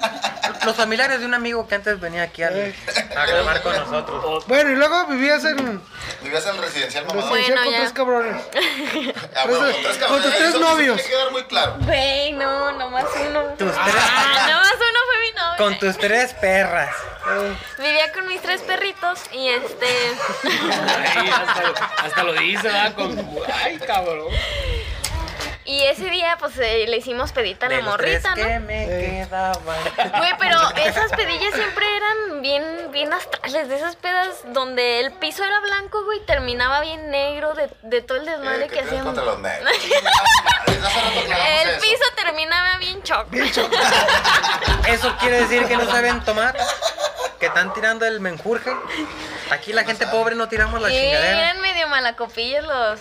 Los familiares de un amigo que antes venía aquí al- a grabar con nosotros.
Bueno, y luego vivías en
Vivías en el residencial, mamá.
residencial
Bueno,
con
ya.
tres cabrones.
Ah, bueno, con
Tres-
tres
con
cabrones.
tus tres
Eso
novios.
Tiene que quedar muy claro.
Güey, no, nomás uno.
Tus tres-
Ah, nomás uno fue mi novio.
con tus tres perras.
Vivía con mis tres perritos y este.
Ahí hasta, lo- hasta lo dice, ¿verdad? Con... Ay, cabrón.
y ese día, pues eh, le hicimos pedita a la
De los tres
morrita, ¿no?
que me quedaban.
Güey, pero esas pedillas siempre eran bien, bien astrales, de esas pedas donde el piso era blanco, güey, terminaba bien negro de, de todo el desmadre
Eh,
que
tienes
hacíamos.
contra los negros. Hace rato aclaramos
El
eso.
piso terminaba bien choc.
¿Eso quiere decir que no saben tomar? ¿Que están tirando el menjurje? Aquí la gente pobre no tiramos la
Sí,
chingadera.
eran medio malacopillas los.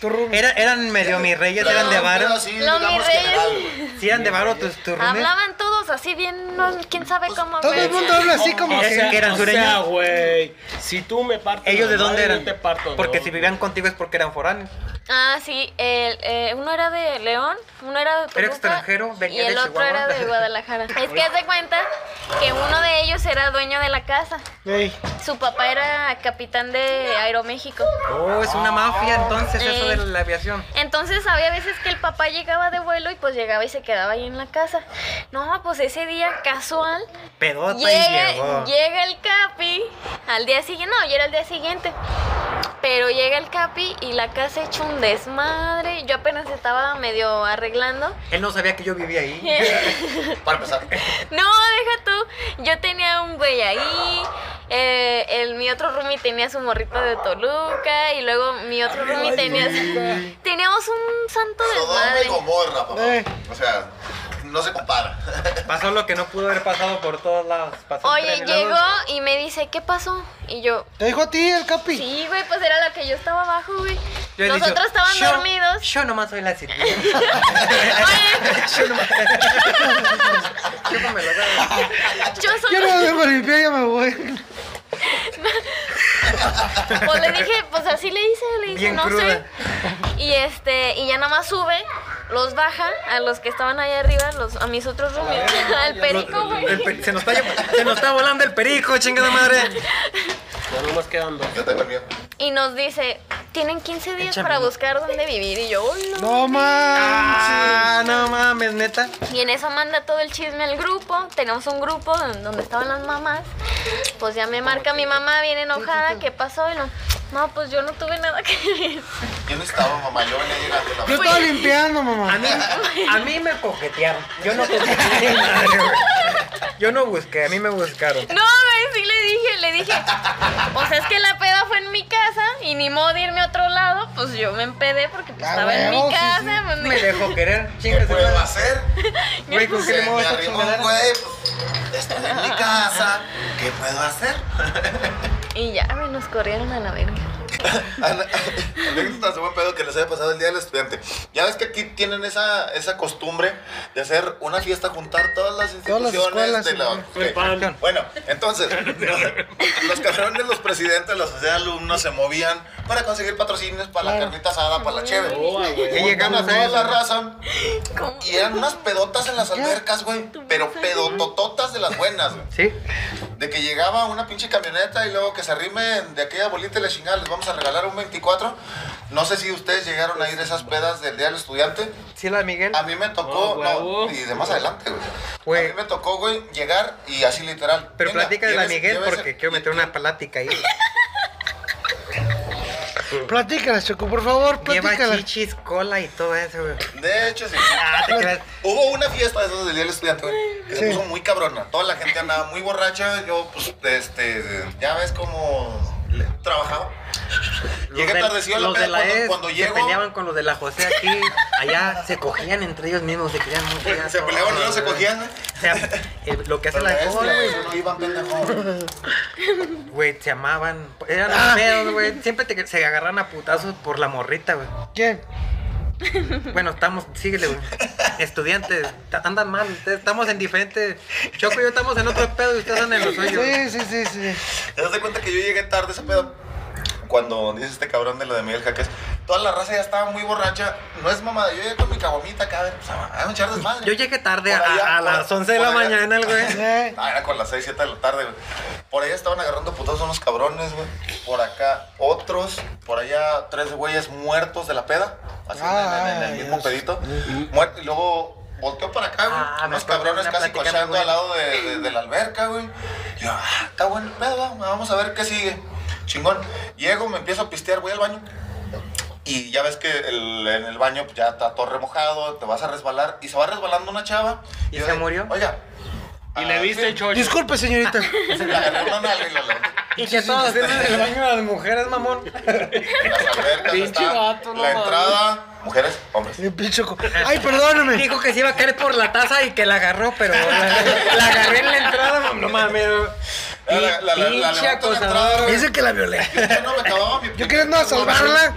Tu roomie.
Era- eran medio mis reyes,
Pero
eran de
no,
varo.
pero sí,
Los
digamos,
mis reyes.
general, güey.
Sí, eran de varo tus turrones.
Hablaban todos así bien, no, quién sabe
Pues,
cómo.
Todo
güey.
el mundo habla así como
O
Ese
sea,
que
que.
eran
o
sureños.
sea, güey, si tú me partes
¿Ellos de
la
dónde
madre,
eran?
yo te parto
porque
dos,
si vivían contigo es porque eran foráneos.
Ah, sí, el, eh, uno era de León, uno era de Toluca,
extranjero, venía
y
de
el otro
Chihuahua.
era de Guadalajara. Es que haz de cuenta que uno de ellos era dueño de la casa.
Ey,
Su papá era capitán de Aeroméxico.
Oh, es una mafia entonces eso de
Eh.
la aviación.
Entonces había veces que el papá llegaba de vuelo y pues llegaba y se quedaba ahí en la casa. No, pues ese día casual
Pedota y
llega,
llegó.
llega el Capi al día siguiente, no, ya era el día siguiente. Pero llega el Capi y la casa hecho un desmadre. Yo apenas estaba medio arreglando.
Él no sabía que yo vivía ahí.
Para empezar.
No, deja tú. Yo tenía un güey ahí. eh, el, mi otro roomie tenía su morrito de Toluca. Y luego mi otro roomie tenía. su- Teníamos un santo
Sodoma y
desmadre.
Gomorra, papá.
Eh.
O sea, no se compara.
Pasó lo que no pudo haber pasado por todos lados. Pasó
Oye,
entrevistado.
llegó y me dice, ¿qué pasó? Y yo,
Te dijo a ti el capi.
sí, güey, pues era la que yo estaba abajo, güey.
Yo he dicho,
Nosotros estaban
"Yo-
dormidos.
Yo nomás soy la sirvienta.
Oye,
Yo nomás. Yo no me lo daba.
yo
Yo no
solo.
vengo a limpiar, ya me voy.
Pues le dije, pues así le hice, le dije,
Bien
no
cruda.
sé. Y este, y ya nada más sube, los baja a los que estaban allá arriba, los, a mis otros rubios, al perico, güey.
El pe- se, nos está, llev- se nos está volando el perico, chingada madre.
Ya nomás quedan dos.
Yo tengo miedo.
Y nos dice, tienen 15 días
Échame.
para buscar dónde vivir. Y yo, "Hola".
No manches.
Ah, no mames, neta.
Y en eso manda todo el chisme al grupo. Tenemos un grupo don- donde estaban las mamás. Pues ya me marca mi mamá bien enojada, ¿qué pasó? Y no, no, pues yo no tuve nada que ver.
Yo no estaba, mamá. Yo venía llegando la
Yo estaba limpiando,
A
mamá.
mí, a mí me coquetearon. Yo no coqueteé ni madre, güey. Yo no busqué, a mí me buscaron.
No, güey, sí le dije, le dije. O sea, es que la peda fue en mi casa y ni modo de irme a otro lado, pues yo me empedé porque pues,
Ah,
estaba en
huevo,
mi
sí,
casa.
sí.
pues,
Me dejó querer,
¿Qué
chingas.
puedo hacer?
Güey, ¿con qué
Se
le muevo
me
esta
arrimó un
chingadera?
güey. pues, Estoy en mi casa. ¿Qué puedo hacer?
Y ya, güey, nos corrieron a la verga.
Ana- Anécdotas de buen pedo que les haya pasado el día del estudiante. Ya ves que aquí tienen esa, esa costumbre de hacer una fiesta, juntar todas las
Todas las
instituciones
escuelas,
de la.
sí,
Ok.
pan.
Bueno, entonces, los cabrones, los presidentes, de la sociedad de alumnos se movían para conseguir patrocinios para la carnita asada, para la cheve.
Oh, güey.
Y llegan
llegamos
a
a
toda
eso.
la raza
¿Cómo?
y eran unas pedotas en las albercas, güey. Pero pedotototas de las buenas, güey.
Sí.
De que llegaba una pinche camioneta y luego que se arrimen de aquella bolita y la chingada, les vamos a regalar un 24. No sé si ustedes llegaron a ir a esas pedas del Día del Estudiante.
Sí, la de Miguel.
A mí me tocó,
Oh, huevo.
no, y de más adelante, güey.
Güey.
A mí me tocó, güey, llegar y así literal.
Pero
venga,
platica de la
llévese-
Miguel
llévese-
porque quiero meter una plática ahí.
Platícalas, Choco, por favor,
Lleva
platícalas.
chichis, cola y todo eso, güey.
De hecho, sí.
Ah, te creas.
Hubo una fiesta de esos del Día del Estudiante, güey, que se
Sí.
puso muy cabrona. Toda la gente andaba muy borracha. Yo, pues, este, ya ves cómo le- trabajaba.
Los
Llegué
del-
tardecido a la
los
peda
de la
cuando,
ES
cuando
se
llego.
peleaban con los de la José aquí, allá se cogían entre ellos mismos, se querían mucho. ya
Se
todo,
peleaban y luego
güey.
se cogían. ¿eh?
O sea, eh, lo que hace
Pero
la
este,
José,
güey, no iban pendejo.
güey, se amaban, eran
Ah.
pedos, güey. Siempre te- se agarran a putazos por la morrita, güey.
¿Quién?
Bueno, estamos, síguele, güey. Estudiantes, ta- andan mal, ustedes estamos en diferentes. Choco y yo estamos en otro pedo y ustedes andan en los suyo.
Sí, sí, sí, sí.
Te das de cuenta que yo llegué tarde a ese pedo. Cuando dice este cabrón de lo de Miguel Jaques, toda la raza ya estaba muy borracha. No es mamada, yo llegué con mi cabomita acá, a ver, pues a a echar desmadre.
Yo llegué tarde
Por allá,
a, a
por-
las 11 de la
por allá.
mañana, el güey.
Eh,
Ah, era con las 6, 7 de la tarde, güey. Por allá estaban agarrando putazos unos cabrones, güey. Por acá otros. Por allá tres güeyes muertos de la peda. Así en- en, en el
Ay,
mismo
Dios.
pedito. Muerto. Y luego volteó para acá, güey.
Ah, me
unos
acuerdo de
cabrones
una
casi
plática,
cochando
güey.
al lado de, de- de la alberca, güey. Yo, ah, está bueno el pedo, va, vamos a ver qué sigue. Chingón. Llego, me empiezo a pistear, voy al baño. Y ya ves que el- en el baño pues, ya está todo remojado, te vas a resbalar. Y se va resbalando una chava.
¿Y
yo
se
de,
murió?
Oiga.
Y
ah,
le viste
sí".
el chocho.
Disculpe, señorita.
La agarré una nalga y la levanté.
Y que todos hacen el baño de las mujeres, mamón.
Las albercas,
Pinche
está
vato, no
la
mames.
entrada, mujeres, hombres.
Eh, pinche Choco. Ay, perdóname.
Dijo que se iba a caer por la taza y que la agarró, pero la, la agarré en la entrada, mam- no mames.
La- la- la- la- la
Pinche
levanto en la entrada,
acosador.
güey.
Dice que la violé.
Yo no me acababa mi
Yo quería no
no,
salvarla.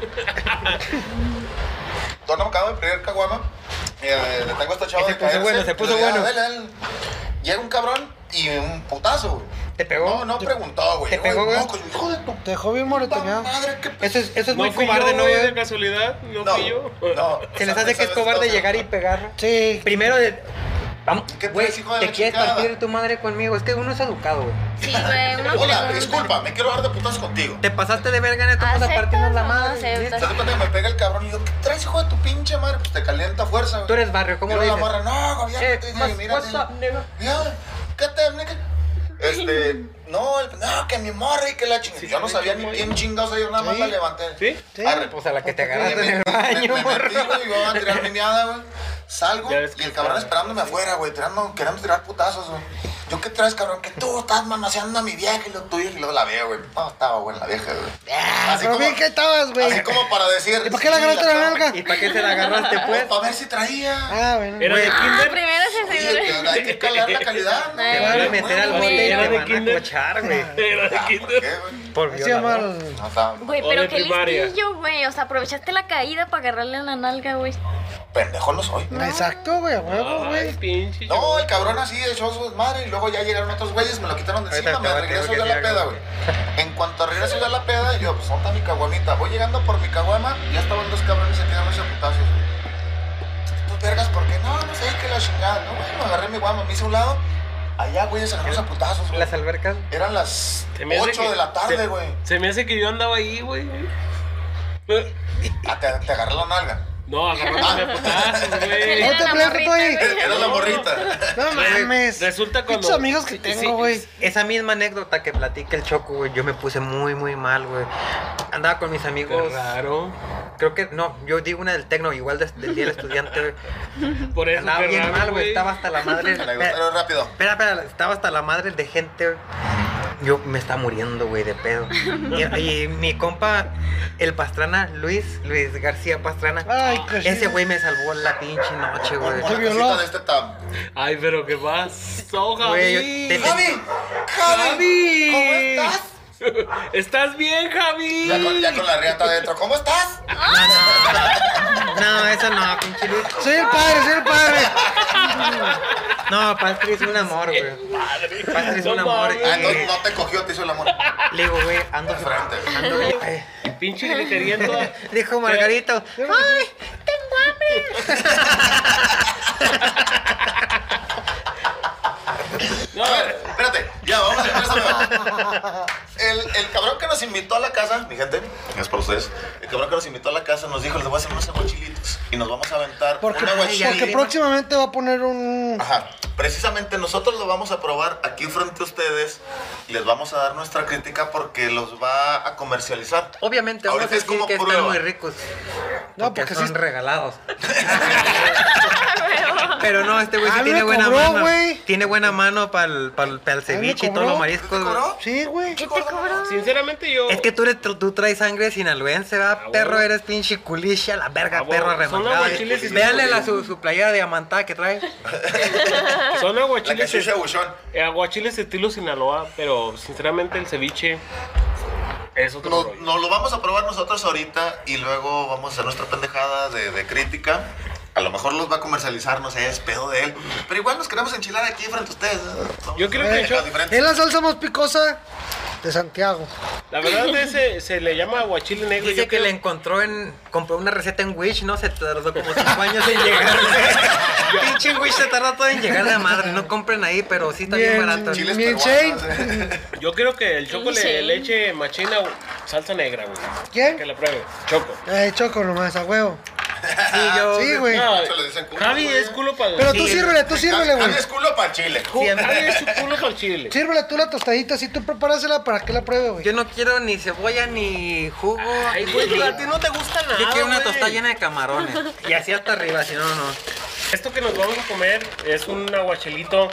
Yo no me acababa mi primer caguama. eh, le tengo a esta chava
Se
de
puso
caerse,
bueno, se puso
le digo,
bueno.
"Dale, dale". Llega un cabrón y un putazo, güey.
¿Te pegó?
No, no preguntó, güey.
¿Te
Llegó
pegó,
el
güey?
moco, y, Hijo de tu
Te dejó bien
puta
moretoneado.
madre, qué pe-".
Eso es, eso es muy
fui
cobarde,
yo,
¿no?
güey,
güey?
de casualidad, no, fui yo.
no.
Se les hace que es cobarde llegar y pegar.
Sí.
Primero de. Vamos,
¿Qué
güey,
traes, hijo de
te
la
quieres
chingada?
partir tu madre conmigo. Es que uno es educado, güey.
Sí, güey, uno
Hola,
pregunta.
disculpa, me quiero dar de putazo contigo.
Te pasaste de verga, neta, vas a
¿Aceptas
partirnos la
o no
madre.
aceptas?
Se hace cuenta que me pega el cabrón y digo, ¿qué traes, hijo de tu pinche madre? Pues te calienta fuerza, güey.
Tú eres barrio, ¿cómo
Mira
lo
la
dices?
morra, no,
Eh,
gobierno,
mas-
mira,
what's up, nigga?
mira, ¿qué te, nigga? Este, no, el- no, que mi morra y que la chingada. yo no sabía ni quién chingados era, yo nada más
Sí.
la levanté.
¿Sí?
Sí.
Arre,
Pues a la que te
me,
agarraste en
me,
el baño,
me metí,
morro.
güey, iba a tirar mi miada, güey. Salgo
Ya ves
y
que
el cabrón
está-
esperándome afuera, güey, tirando, queriendo tirar putazos, güey. Yo, ¿qué traes, cabrón? Que tú estás mamaseando a mi vieja y lo tuyo. Y luego la veo, güey. No, estaba buena la vieja, güey. Así
Pero bien que estabas, güey.
así como para decir...
¿Y por qué la
sí,
agarraste la
estaba-
nalga?
¿Y para qué te la agarraste,
Pues,
pues?
para ver si traía.
Ah, bueno.
Era de
Ah,
kinder.
primero se
Oye,
asegura.
pero hay que calar la calidad, ¿no?
Te
Ay,
van a
güey,
meter al
güey.
bote y
Era
te
de
van a
kinder.
cochar, güey.
Era de
Ah, ¿por
kinder.
qué, güey?
Por
Así llamaba
violador.
el-
No, estaba
Güey,
O de
pero qué
primaria.
listillo, güey. O sea, aprovechaste la caída para agarrarle la nalga, güey.
pendejo no soy.
Exacto, güey, a huevo,
Ay,
güey.
pinche.
No, el cabrón así echó su desmadre y luego ya llegaron otros güeyes, me lo quitaron de
Ahorita
encima, me
te va a
regreso
tener
yo a
que
la
decir
peda,
algo.
güey. En cuanto regreso yo a la peda, yo, pues, ¿dónde está mi caguamita? Voy llegando por mi caguama, ya estaban dos cabrones se quedaron ese putazos, güey. Tus vergas, ¿por qué? No, no sé, que la chingada. No, bueno, agarré mi guama, me hice a un lado. Allá, güeyes, agarraron a putazos, güey.
Las albercas.
Eran las
Se me hace
8
que-
de la tarde,
se-
güey.
Se me hace que yo andaba ahí, güey.
Ah, te, te agarré la nalga.
No,
Ah.
agarrándome a putazos, güey.
No
Era
te
la
peleas que tú ahí.
morrita,
Era la
No.
morrita.
No mames.
Resulta cuando-
Pinches amigos que
Sí, sí,
tengo, güey.
Esa misma anécdota que platica el Choco, güey, yo me puse muy, muy mal, güey. Andaba con mis
Qué
amigos,
raro.
creo que, no, yo digo una del Tecno, igual des- del día del estudiante, güey.
Por eso,
Andaba
qué
bien
raro,
mal, güey,
güey.
estaba hasta la madre.
Me gustaron rápido.
Espera, espera, estaba hasta la madre de gente. güey. Yo me estaba muriendo, güey, de pedo. Y, y mi compa, el Pastrana, Luis, Luis García Pastrana.
Ah,
Ay, qué
ese
chido.
güey me salvó la pinche noche, güey.
Una
violó.
casita de este tam.
Ay, pero qué pasó,
Güey, yo-
Javi.
te-
¡Javi! ¡Javi! ¿Cómo estás?
¿Estás bien, Javi?
Ya con, ya con la riata adentro. ¿Cómo estás?
Ah,
No, no, no, eso no, pinche Luis.
Soy el padre, soy el padre.
No, Pastri es un amor, güey. Pastri es un
No
amor.
mames.
Ah,
Y
no, no te cogió, te hizo el amor.
Le digo, güey, ando.
De frente.
ando ay.
Y pinche gritería en toda-
Dijo Margarito, ¡ay!
No,
A ver, espérate. Ya, vamos a empezar. El, el cabrón que nos invitó a la casa, mi gente, es por ustedes. El cabrón que nos invitó a la casa nos dijo, les voy a hacer unos aguachilitos y nos vamos a aventar
Porque,
un
Ay, ya
aguachil.
porque
vi.
próximamente va a poner un.
Ajá. Precisamente nosotros lo vamos a probar aquí frente a ustedes y les vamos a dar nuestra crítica porque los va a comercializar.
Obviamente, vamos a
Ahorita es
decir
como
que están
prueba.
muy ricos.
No,
porque,
porque
son
sí-
regalados. Pero no, este güey sí
Ah,
tiene
me
buena
cobró,
mano.
güey.
Tiene buena mano para el, ceviche y todos
cobró.
los mariscos. güey.
¿Cobró?
Sí, güey.
¿Qué te cobró?
Sinceramente yo...
Es que tú, eres, tú traes sangre sinaloense, ¿verdad?
Ah,
perro,
bueno.
eres pinche culicha, la
Ah,
verga,
bueno.
perro
Son
remangado.
aguachiles y-
Véanle la, su, su playera diamantada que trae.
Son
La
aguachiles,
cachucha buchón.
eh, aguachiles estilo Sinaloa, pero sinceramente el ceviche es otro
Nos,
rollo.
nos lo vamos a probar nosotros ahorita y luego vamos a hacer nuestra pendejada de, de crítica. A lo mejor los va a comercializar, no sé, es pedo de él. Pero igual nos queremos enchilar aquí frente a ustedes.
Yo creo que
Pendejadas
yo-
diferentes.
Es la salsa más picosa de Santiago.
La verdad es que se le llama aguachile negro.
Dice
yo
que
creo-
le encontró en. Compró una receta en Wish, ¿no? Se tardó como 5 años en llegar. Pinche Wish se tarda todo en llegar de madre. No compren ahí, pero sí está bien
Bien,
barato.
chile.
Chiles
Mi
peruanos,
Yo creo que el choco
Sí.
le le eche machina o salsa negra, güey.
¿Quién?
Que la pruebe. Choco.
Eh, choco nomás, a huevo.
Ah, Sí, yo.
Sí, güey.
No,
Eso le dicen culo,
Javi
güey.
es culo para el
Pero
chile.
tú
Sí.
sírvele, tú sírvele,
Javi
güey.
es culo para Chile.
Javi es su culo para el chile.
Sírvele tú la tostadita, así tú prepárasela para que la pruebe, güey.
Yo no quiero ni cebolla ni jugo.
Ay, güey, pero a ti no te gusta nada.
Yo quiero una
güey.
tostada llena de camarones. Y así hasta arriba, si no, no.
Esto que nos vamos a comer es un aguachilito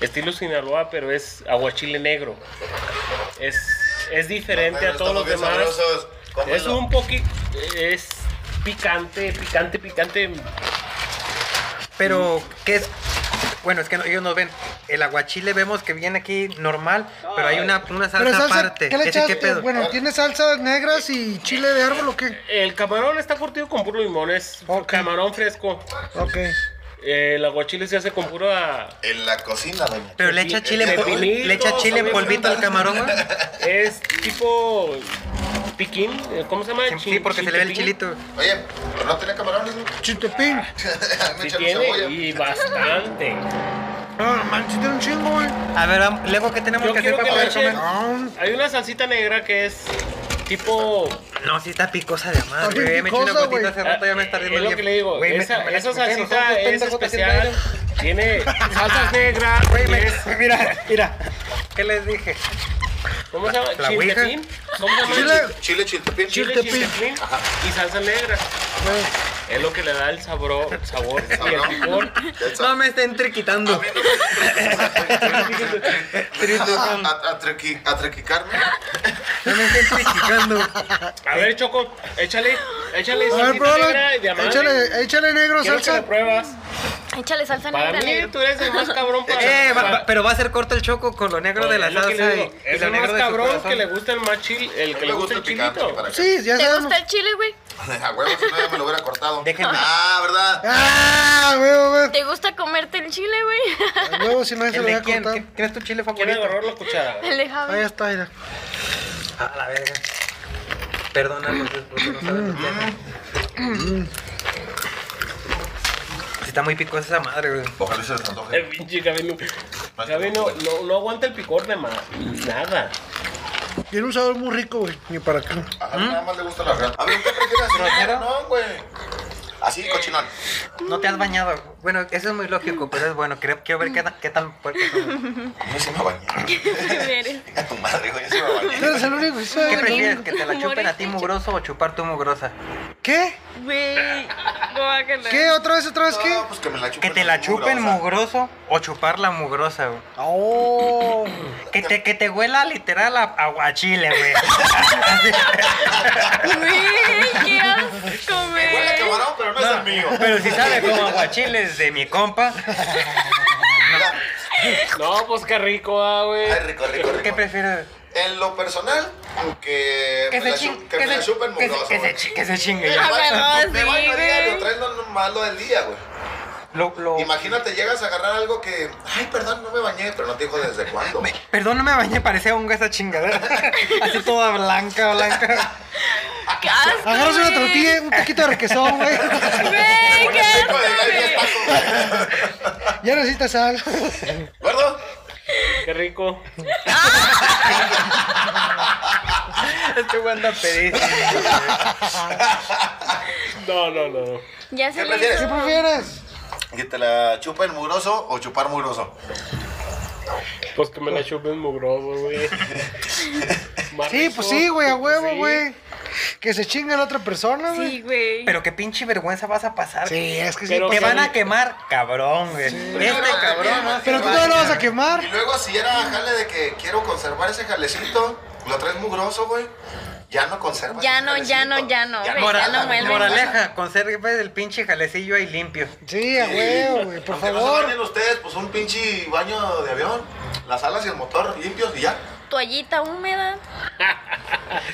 estilo Sinaloa, pero es aguachile negro. Es, es diferente a todos los demás. Es un poquito. Es picante, picante, picante.
Pero, ¿qué es? Bueno, es que no- ellos nos ven. El aguachile vemos que viene aquí normal, pero hay una, una
Pero
salsa,
salsa,
aparte.
¿qué le
Ese,
echaste?
pedo?
Bueno, ¿tiene salsas negras y chile de árbol o qué?
El camarón está curtido con puro limón, es
Ok.
camarón fresco.
Ok.
El aguachile se hace con puro a-
En la cocina, doña.
pero le echa chile, en pol-
Pepinillo,
le echa chile en
sabe,
polvito al camarón, güey.
Es tipo piquín, eh, ¿cómo se llama?
Sí, porque se le ve el
Chiltepín.
chilito.
Oye, pero no tiene camarones, güey.
Chiltepín.
Me
Sí
echaron
tiene
cebolla.
y bastante.
Ah, man, sí tiene un chingo, güey.
A ver, vam- luego, ¿qué tenemos
Yo
que hacer
quiero
para
que le
poder
echen-
comer?
No,
Hay una salsita negra que es tipo
No, sí está picosa de madre.
bien
güey. Me eché una
picosa,
gotita
güey.
hace rato, ya me está riendo.
Ah, Es lo
bien.
que le digo,
Güey, me-
esa,
me-
esa
me-
salsita
me-
es especial. Tiene salsas negras,
Güey, me-
es-
Mira, mira. ¿Qué les dije?
¿cómo se llama?
la ouija.
Chiltepín. ¿Cómo se llama?
Chile, chile chiltepín.
Chile
Chiltepín.
chiltepín y salsa negra. Es lo que le da el sabor, sabor y el
Sabrón.
picor.
No me estén
A
triquitando.
mí no me-
Triquitando.
A- a- a trequi- A trequicarme.
No me estén triquitando.
A ver, Choco, échale, échale
A ver,
salsita negra y
pruébala.
diamante.
Échale, échale negro,
Quiero que
salsa.
la pruebas.
Échale salsa
Para
negra,
mí,
negro.
tú eres el más cabrón para...
Eh, va-
para-
va- pero va a ser corto el choco con lo negro de la
Es lo que
salsa
le
y,
digo,
y
Es
lo
el
negro
más
de su
cabrón
corazón.
que le gusta el más chil, el que le gusta el
picante,
chilito.
para que-
Sí, ya
¿Te
sabemos.
gusta el chile, güey?
A huevo, si no ya me lo hubiera cortado.
Déjenme.
Ah, ¿verdad?
Ah, huevo, güey.
¿Te gusta comerte el chile, güey?
A huevo, si no, ya se
¿El
lo voy
de
a
quién?
contar.
¿Quién- ¿Quién es tu chile
¿Quién
favorito?
agarró la cuchara?
El de Javi.
Ahí está, mira.
Ah, la verga.
Mm.
Perdónanos, es porque no saben ustedes. Sí Está muy picosa esa madre, güey.
Ojalá se les antoje.
El pinche Gaby no, Gaby no, no, no aguanta el picor de más nada.
Tiene un sabor muy rico, güey. Ni para qué.
A
¿Mm?
mí nada más le gusta la real. A mí ¿qué prefieres?
¿Grosero?
No, güey. Así, cochinón.
No te has bañado. Bueno, eso es muy lógico, pero es bueno. Creo, quiero ver qué, tan- qué tan fuerte son.
Yo sí me bañé.
Eres.
Venga tu madre, güey. Yo sí me
Tú
bañé.
eres el único que
¿Qué
sabe, güey.
prefieres? ¿Que te la chupen a ti mugroso o chupar tu mugrosa?
¿Qué?
Güey. guácala.
¿Qué? ¿Otra vez, otra vez qué?
No, pues que me la chupen.
¿Que te la
así, dura,
chupen
o sea,
mugroso o chupar la mugrosa, güey?
Oh.
Que te, que te huela literal a aguachile, güey.
Güey, qué asco,
Huele a
güey.
camarón, pero no es el mío.
Pero si sabe como aguachiles de mi compa,
Mira,
No, pues qué rico, ah, güey.
Ay, rico, rico,
¿qué
rico.
prefieres?
En lo personal, que
Que
me la
se chingue.
chu- que me la chupen
que se-
mugrosa,
que se
güey.
chi- que se chingue.
Me
ya.
Ah,
baño-
bueno,
me
sí,
baño
güey.
diario, traes lo malo del día, güey.
Lo- lo-
Imagínate, llegas a agarrar algo que, ay, perdón, no me bañé, pero no te dijo desde cuándo.
Perdón, no me bañé, parecía honga esa chingadera. Así toda blanca, blanca.
Qué asco,
Agarras una
güey.
tortilla, un taquito de requesón, güey.
Güey, qué
Pico de gallo y
asco,
estaco, güey.
Ya necesitas sal.
¿Gordo?
Qué rico.
Este güey anda pedísimo.
No, no, no.
güey. Ya se
¿Qué
le
prefieres?
¿Qué
hizo.
prefieres?
Que te la chupa el mugroso o chupar mugroso.
Pues que me la chupen mugroso, güey. Más
Sí, pues
rico,
sí, güey, a
pues
huevo,
sí.
güey. Que se chingue la otra persona, güey.
Sí, güey.
Pero qué pinche vergüenza vas a pasar.
Sí, es que sí.
Pero-
pues,
Te
o sea,
van a
ni-
quemar, cabrón, güey. Este
Pero
cabrón.
también,
no se
Pero tú
va.
todavía lo vas a quemar.
Y luego si era jale de que quiero conservar ese jalecito, lo traes mugroso, güey. Ya no conservas.
Ya
ese
no, ya
jalecito.
no, ya no, güey,
Mora-
ya no muerde.
moraleja, conserve el pinche jalecillo ahí limpio.
Sí, a huevo, güey, por
Aunque No se
favor.
bañen ustedes, pues un pinche baño de avión, las alas y el motor limpios y ya.
Toallita húmeda.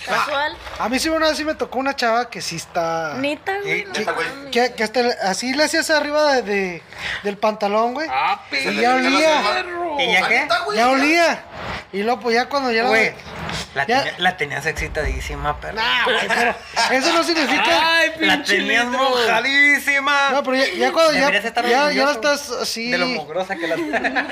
Casual.
A mí sí una vez sí me tocó una chava que sí está...
Neta, güey.
Eh,
Sí, neta, güey.
mames.
Que, que hasta le- así le hacías arriba de, de- del pantalón, güey.
Ah,
Se
Y
le
ya
brincan las
olía.
alas.
¿Y ya qué?
Neta, Pues, güey,
Ya olía. Y luego, pues ya cuando ya la-
Güey, la,
Ya-
tenía- la tenías excitadísima, perro.
Ah, güey, pero eso no significa...
Ay,
la
pinche
tenías
litro.
Ah.
mojadísima.
No, pues pero ya, ya cuando ya...
Deberías estar
Ya, ya la
orgulloso
estás así...
De lo mugrosa que la. no, te creas.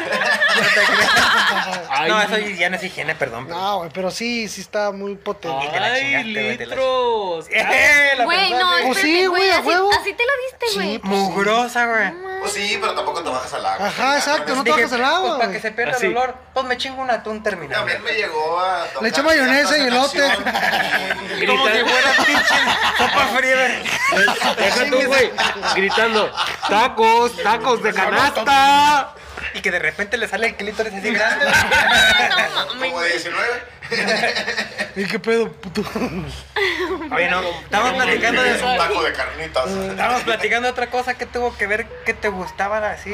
Ay,
No, eso ya no es higiene, perdón.
No, güey, pero sí, sí está muy potente.
Y te la
Ay,
chingaste, güey, te la
litros.
Eh, la
Güey,
verdad,
no,
güey.
Pues sí,
espérate,
güey,
güey.
a
Así,
huevo.
así te lo diste,
Sí,
güey.
Mugrosa, güey.
Pues sí, pero tampoco te bajas al agua.
Ajá, exacto, no te
Dije,
bajas al agua,
Pues para
güey.
que se pierda
Así.
el olor, pues me chingo un atún terminado.
También me llegó a tocar
Le eché mayonesa y
llantas en
elote.
acción.
Como si fuera pinche sopa fría. güey.
Deja tú, güey. Gritando. Tacos, tacos de canasta.
Y que de repente le sale el clítoris así grande.
Ah, No
Como
mames.
de 19.
¿Y qué pedo, puto?
Oye, no, estamos platicando de
Es
eso.
un taco de carnitas.
Mm.
Estamos platicando de otra cosa que tuvo que ver que te gustaba así.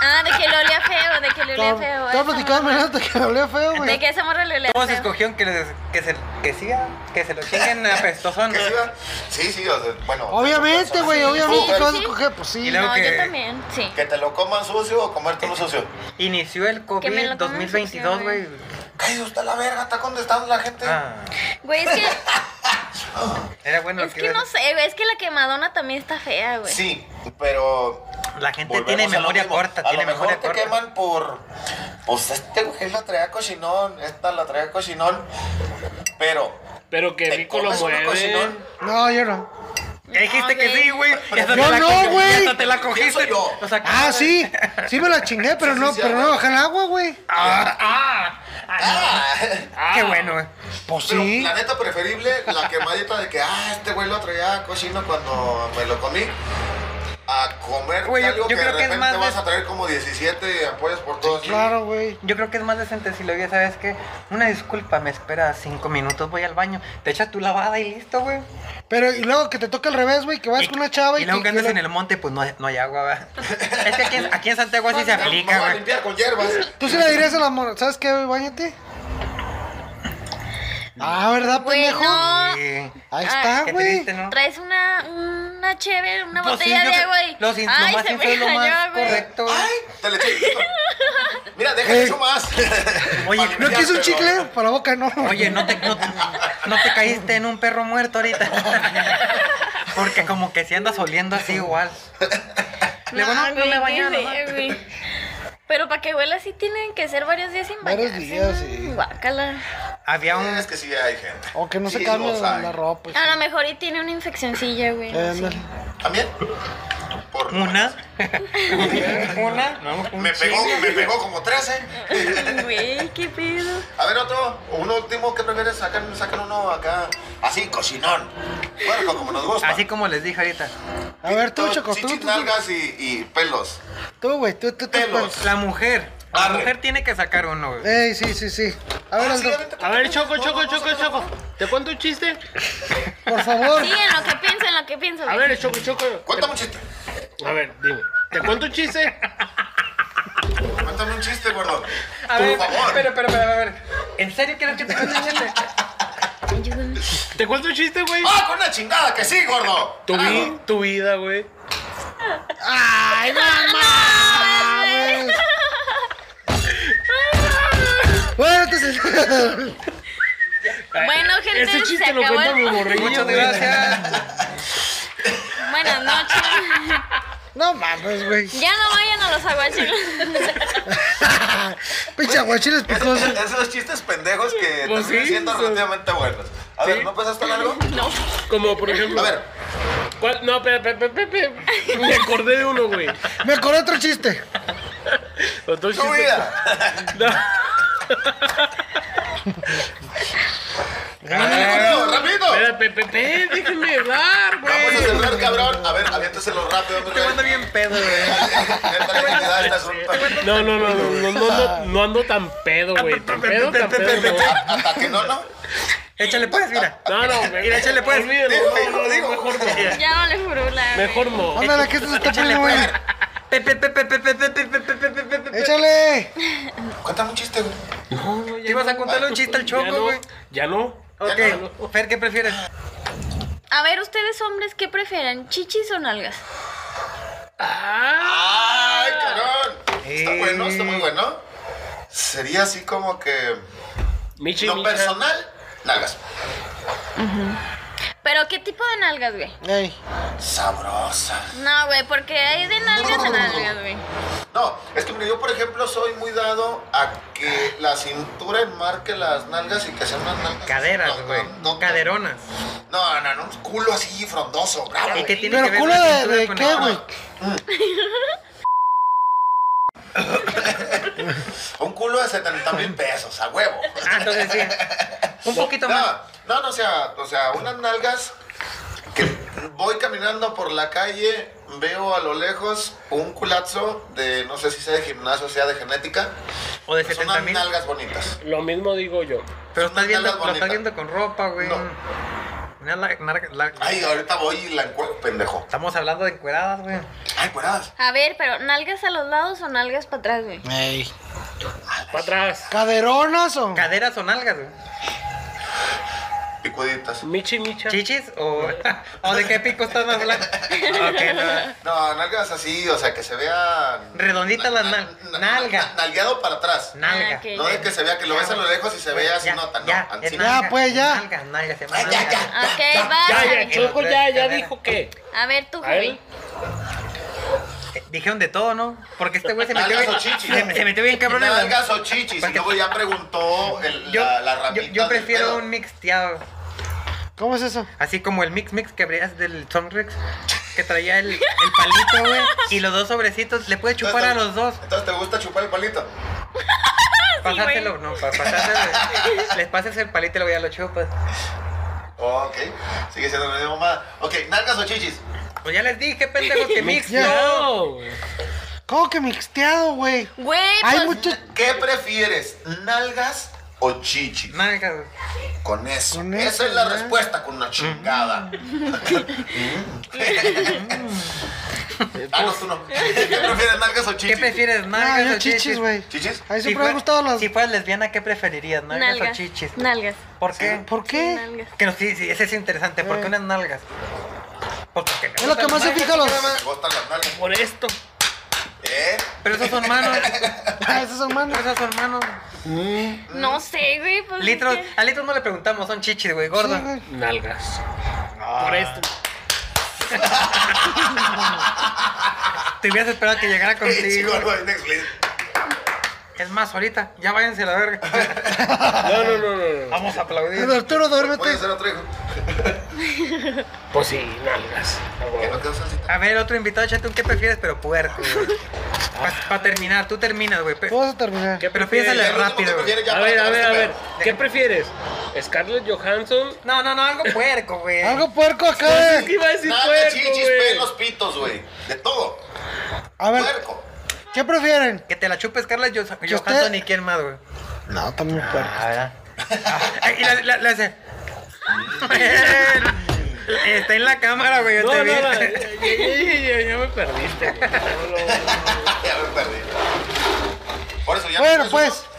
Ah, de que le olía feo, de que le olía feo.
Estaba platicando,
Esa morra-
¿verdad? Que olía feo,
De
güey.
que esa morra le olía
¿Cómo se
feo.
escogió que, les- que se que siga, que se lo chinguen apestosón?
¿Qué iba? Sí, sí, o sea, bueno. pues,
Obviamente, güey, obviamente
Sí,
que vas a
sí.
escoger, pues sí.
Y luego
No,
que-
yo también, sí.
Que te lo coman sucio o comértelo sucio.
Inició el
Que me
COVID
lo tomen
2022, güey.
Cállese usted la verga, está contestando la gente.
Ah,
Güey, es que,
era bueno
es
que
que
iba-
no sé, güey, es que la quemadona también está fea, güey.
Sí, pero.
La gente
volvemos
tiene
a lo
memoria
mismo.
corta,
A
tiene
lo mejor
memoria
te
corta.
queman por. Pues este güey la traía cochinón, esta la traía cochinón. Pero.
Pero que
¿Te
Vico lo
comes una
mueve.
cochinón?
No, yo no.
Ya dijiste
No,
que
güey.
sí, güey. Ya hasta
Yo
te la
no,
cogí-
güey.
ya hasta te la
soy
cogiste.
yo.
O sea,
Ah, sí. Sí me la chingué, pero
Sí,
no,
sí, sí,
pero no
güey.
bajé el agua, güey.
Ah, ah, ah,
Ah,
no. Qué bueno, güey.
Pues
pero
sí.
la neta preferible, la quemadita de que, ah, este güey lo traía cochino cuando me lo comí. A comer
Güey, yo-
algo
yo
que de
creo que es
repente
más de-
vas a traer como 17 apoyos por todos.
Claro, güey.
Yo creo que es más decente si lo vi, ¿sabes qué? Una disculpa, me espera cinco minutos, voy al baño. Te echas tu lavada y listo, güey.
Pero y luego que te toca al revés, güey, que vas con una chava y,
Y luego que
que-
andas
que
en el monte, pues no, no hay agua, ¿verdad? Es que aquí, en- aquí en Santiago así se
Me
aplica,
voy a
güey.
limpiar con hierbas.
Tú sí le dirías al amor, ¿sabes qué, güey? Báñate. Ah, ¿verdad,
Güey,
pendejo?
no.
Sí.
Ahí
Ah,
está,
Qué
güey.
triste, ¿no?
Traes una, una chévere, una
Pues sí,
botella
yo
de
creo-
agua y.
Los, in- lo
Ay,
más
se me
sincero es lo más
cayó, güey.
correcto. güey.
¡Ay! ¡Te le eché poquito. Mira, déjale hecho más.
Oye,
¿No quieres un
Pero-
chicle? Para la boca, no.
Oye, no te, no, te- no te caíste en un perro muerto ahorita. Porque como que si andas oliendo así igual. Luego, no, no
güey,
me
qué
bañé, no,
feo, güey. Pero para que huela sí tienen que ser varios días sin
Varios
bañarse.
días,
¿no?
sí.
Guácala.
Había un.
Es que sí hay gente.
O que no se
Sí,
cambie
los
la,
hay.
la ropa. sí.
A lo mejor y tiene una infeccioncilla, güey. Ah, no
Eh,
sé.
ándale.
¿También? Por-
Una. Una. un
Me pegó,
chingo.
me pegó como 13.
Güey, qué pedo.
A ver, otro. Un último, ¿qué prefieres? Sacan, sacan uno acá. Así, cocinón. Puerco, como nos gusta.
Así como les dije ahorita.
A ver, tú, Choco, tú, tú,
Chichis,
tú,
nalgas y, y pelos.
tú, güey, tú, tú, tú.
Pelos.
La mujer. La
Arre.
mujer tiene que sacar uno, güey.
Ey, sí, sí, sí. A ver,
Ah, sí,
Aldo,
vente,
A ver, Choco,
no,
Choco,
no,
Choco,
no,
Choco. ¿Te cuento un chiste?
por favor.
Sí, en lo que pienso, en lo que pienso.
A
güey.
ver, Choco, Choco.
Cuéntame un chiste.
A ver, dime. ¿Te cuento un chiste?
Cuéntame un chiste, gordo.
A
Por
ver,
favor.
espera, espera, espera, a ver. ¿En serio quieres que te cuente un chiste?
Ayúdame.
¿Te cuento un chiste, güey?
¡Ah, con una chingada que sí, gordo!
Tu, vi- tu vida, güey.
¡Ay,
Ah,
mamá! Bueno, entonces.
Bueno, gente,
Ese
se
chiste lo
acabó
cuenta
el-
mi morrillo.
Muchas
güey.
gracias.
Buenas noches.
No mames, güey.
Ya no vayan a los aguachiles.
Pinche aguachiles
Esos,
picosos.
esos chistes pendejos que
Pues
terminan
sí,
siendo
son-
relativamente buenos. A ver, ¿no pensaste en algo?
Como por ejemplo,
A ver,
¿Cuál? No, espera, espera, espera, espera. Me acordé de uno, güey.
Me acordé otro chiste.
Otro
¡Su
chiste.
vida!
No.
¡Rápido, rápido!
Espera, Pepe, Pepe, déjenme hablar,
Vamos a
pues,
güey.
cerrar, cabrón. A ver, aviéntaselo rápido.
Te manda bien pedo, güey.
este Hasta
No, no, no, no, no, no, ando, no ando tan pedo, güey. Tan pedo, tan pedo. no.
que no, ¿no?
Échale pues, mira.
No, no, güey.
Mira, échale, pues.
Olvídalo,
Digo,
no, no,
digo.
Mejor no.
Ya no le juro la.
Mejor no.
Ah,
Ándale, que esto se está poniendo güey.
pues. Pepe, pepe, pepe, pepe, pepe, pepe, pepe, pepe.
Échale.
Cuéntame un chiste, güey.
¿Te ibas a contarle un chiste al
Ya
choco,
no.
güey?
Ya no.
Ok, Fer, ¿qué prefieres?
A ver, ustedes hombres, ¿qué prefieren? ¿Chichis o nalgas?
Ah.
¡Ay, cabrón! Está
Eh.
bueno, está muy bueno. Sería así como que.
Michi,
Lo
Micha.
personal, nalgas.
¿Pero qué tipo de nalgas, güey?
Ey.
Sabrosa.
No, güey, porque hay de nalgas a nalgas, güey.
No, es que mira, yo por ejemplo soy muy dado a que la cintura enmarque las nalgas y que sean unas nalgas. no,
Caderas,
no,
güey.
no,
Caderonas.
No, no, no, un culo así frondoso, bravo.
¿Y qué tiene
Pero
que ver
culo
la
de-
cintura
de
con
qué,
el-
güey?
Un culo de 70 mil pesos, a huevo.
Ah, entonces sí. Un poquito
No,
más.
no, no, o sea, o sea, unas nalgas que voy caminando por la calle, veo a lo lejos un culazo de, no sé si sea de gimnasio o sea de genética.
O de
pero Son unas
70 mil.
nalgas bonitas.
Lo mismo digo yo.
son
Pero estás
unas
viendo,
nalgas
lo
bonitas.
estás viendo con ropa, güey.
No.
Una lar- nar- lar-
Ay, ahorita voy y la encuentro, pendejo.
Estamos hablando de encueradas, güey.
Ay, cueradas.
A ver, pero ¿nalgas a los lados o nalgas para atrás, güey?
Ey.
Para atrás.
¿Caderonas o?
¿Caderas o nalgas, güey?
Picuditas.
Michi, Micha.
¿Chichis o, o de qué pico estás más hablando? Ok, no.
No, nalgas así, o sea, que se vean.
Redonditas las nal-
na-
nalga.
na- Nalgueado para atrás.
Nalga.
Ah, ok.
No de que se vea, que lo ves a lo lejos y se vea así,
Ya,
nota, no.
ya,
así.
es nalga,
Ya, pues, ya.
es Nalga, nalga, se llama
Ya, ya,
nalga.
ya.
Ok,
Ya, ya,
bájale.
Choco, ya, ya dijo que.
A ver, tú,
A ver.
Javi.
Eh, Dijeron de todo, ¿no? Porque este güey se metió
Nalgas
bien.
o chichis.
Se, se metió bien cabrón en la-
Nalgas o chichis. Y
Porque-
luego ya preguntó el-
Yo,
la, la
yo,
ramita.
yo
del
prefiero
pedo.
un mixteado.
¿Cómo es eso?
Así como el mix mix que abrías del Sonrex. Que traía el, el palito, güey. Y los dos sobrecitos. Le puedes chupar a
Entonces,
los dos.
Entonces, ¿te gusta chupar el palito?
Pasáselo, no, pa- pasárselo. Les pasas el palito y luego ya lo chupas.
Ok. Sigue siendo la misma mamada. Ok, nalgas o chichis.
Pues ya les dije, pendejos, que mix, no.
No, güey.
¿Cómo que mixteado, güey?
Güey,
Hay
pues,
muchos.
¿Qué prefieres? ¿Nalgas o chichis?
Nalga, güey.
Con eso.
Con
Esa
eso,
es la
¿verdad?
respuesta con
Mm.
una chingada. ah, no, tú no. ¿Qué prefieres, nalgas o chichis?
¿Qué prefieres,
Ah,
nalgas
yo
o
chichis, güey.
¿Chichis?
A mí
Si,
siempre me han
fuer-
gustado las.
si fueras lesbiana, ¿qué preferirías? ¿Nalgas
nalgas.
o chichis?
Nalgas.
¿Por qué?
¿eh?
¿Por qué?
Nalgas.
Que no, sí, sí, ese es interesante. ¿Por qué
Eh.
unas nalgas? Pues porque me
Es lo que
gustan
más se
nalgas,
fijan los.
Me gustan las nalgas.
Por esto.
¿Eh?
Pero esos son manos.
Ah, esos son
Pero
manos.
esos son manos.
No sé, güey. Pues, es
Litros,
que-
a litros no le preguntamos, son chichis, güey, gordo.
Sí, güey.
Nalgas. Por esto.
Te hubieras esperado que llegara
Chico,
contigo.
no, next, please.
Es más, ahorita, ya váyanse a la verga.
No, no, no, no. no.
Vamos a aplaudir.
Arturo,
Voy a
duérmete.
hacer otro hijo.
Pues sí, nalgas. Ah,
Que no
güey.
quedó salsita.
A ver, otro invitado, chate, ¿qué prefieres? Pero puerco, güey. Para terminar, tú terminas, güey. pe-
Vamos a terminar.
¿Qué
Pero
prefieres?
piénsale
El último
rápido,
que
güey.
prefieres ya
A
para
ver, a
acabar
ver, a
este
ver.
pedo.
¿Qué prefieres? ¿Scarlett Johansson?
No, no, no, algo puerco, güey.
Algo puerco acá.
¿Qué iba a decir
Nalgas,
puerco,
chichis,
güey?
pelos, pitos, güey. De todo.
A ver,
Puerco.
¿qué prefieren?
Que te la chupes, Carla Yo-
usted-
Johansson y quién más, güey.
No, también puerco.
Ah, y la, la, la hace. Está en la cámara, güey. Yo
No,
te
no,
vi.
no, ya, ya, ya, ya me perdiste. güey.
Ya me perdí. Por eso ya no
Bueno,
traes
pues.
uno.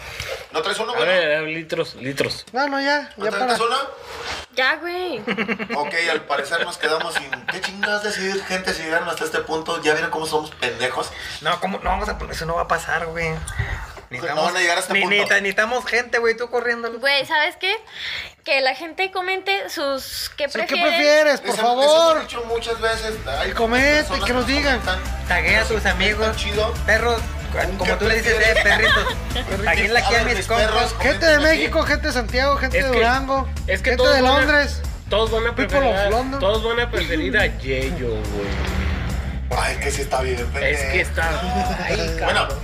¿No traes uno,
A
güey?
ver, a ver, litros, litros.
No, no, ya.
¿No
Ya
traes
para.
uno?
Ya, güey.
Ok, al parecer nos quedamos sin. ¿Qué chingadas decir, gente? Si llegaron hasta este punto, ya vieron cómo somos pendejos.
No, ¿cómo? No, vamos a poner. Eso no va a pasar, güey.
No van a llegar a este
ni-
punto.
ni- necesitamos gente, güey. Tú corriéndolo.
Güey, ¿sabes qué? Que la gente comente sus... ¿Qué
Sí, ¿Qué
prefieren?
Pues,
prefieres, por
Les hemos- les hemos
favor?
dicho muchas veces. Ay,
Comenten,
personas
que nos digan.
comentan.
Taguea a tus
Tan
amigos.
chido.
Perros. Como tú le dices, eh,
prefieres?
perritos. Aquí en la
Hablan
que a
de
mis
perros.
compas.
Gente de México, gente de Santiago, gente
Es
de
que-
Durango,
es que
gente
todos
de
van a-
Londres.
Todos van a
People
preferir
of
a,
London.
todos van a, preferir a Yeyo, güey.
Ay, que sí está bien,
Es que está... Ay,
Bueno,
cabrón.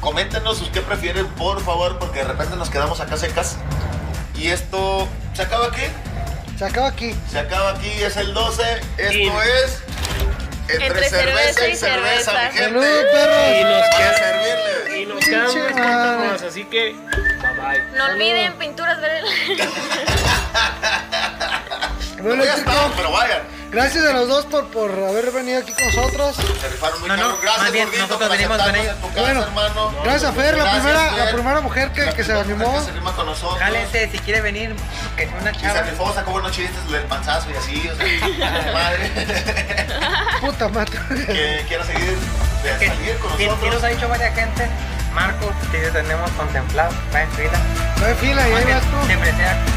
coméntenos sus qué prefieren, por favor, porque de repente nos quedamos acá secas. Y esto, ¿se acaba aquí?
Se acaba aquí.
Se acaba aquí, es el 12. Esto
Y-
es. Entre, cerveza y cerveza, mi gente.
Saludos, perros.
Y nos
Para
quedan-
servirles.
Y nos quedan
Pinche
unas cuantas
madre.
más, así que... Bye bye.
No olviden pinturas verdes.
No
Bueno,
ya
chicos,
estado, pero vayan.
Gracias a los dos por, por haber venido aquí con nosotros.
Se rifaron muy
No, no,
cabrón. Gracias,
más bien,
gordito,
nosotros
por
venimos con
aceptarnos
ellos.
en tu casa,
Bueno,
hermano.
Gracias a Fer, la
Gracias,
primera, la
Fer.
primera mujer que, que se
La
animó.
que se rima con nosotros.
Cálense, si quiere venir, que sea una
Y se
chava.
rifó, sacó buenos chistes del panzazo y así, o sea, madre.
Puta madre.
que quiera seguir, de
Que-
salir con
que- que nos ha
nosotros.
dicho varias gente, Marco, que te tenemos contemplado, va en fila.
No hay fila y ahí
Más bien,
vas tú.
Siempre te ha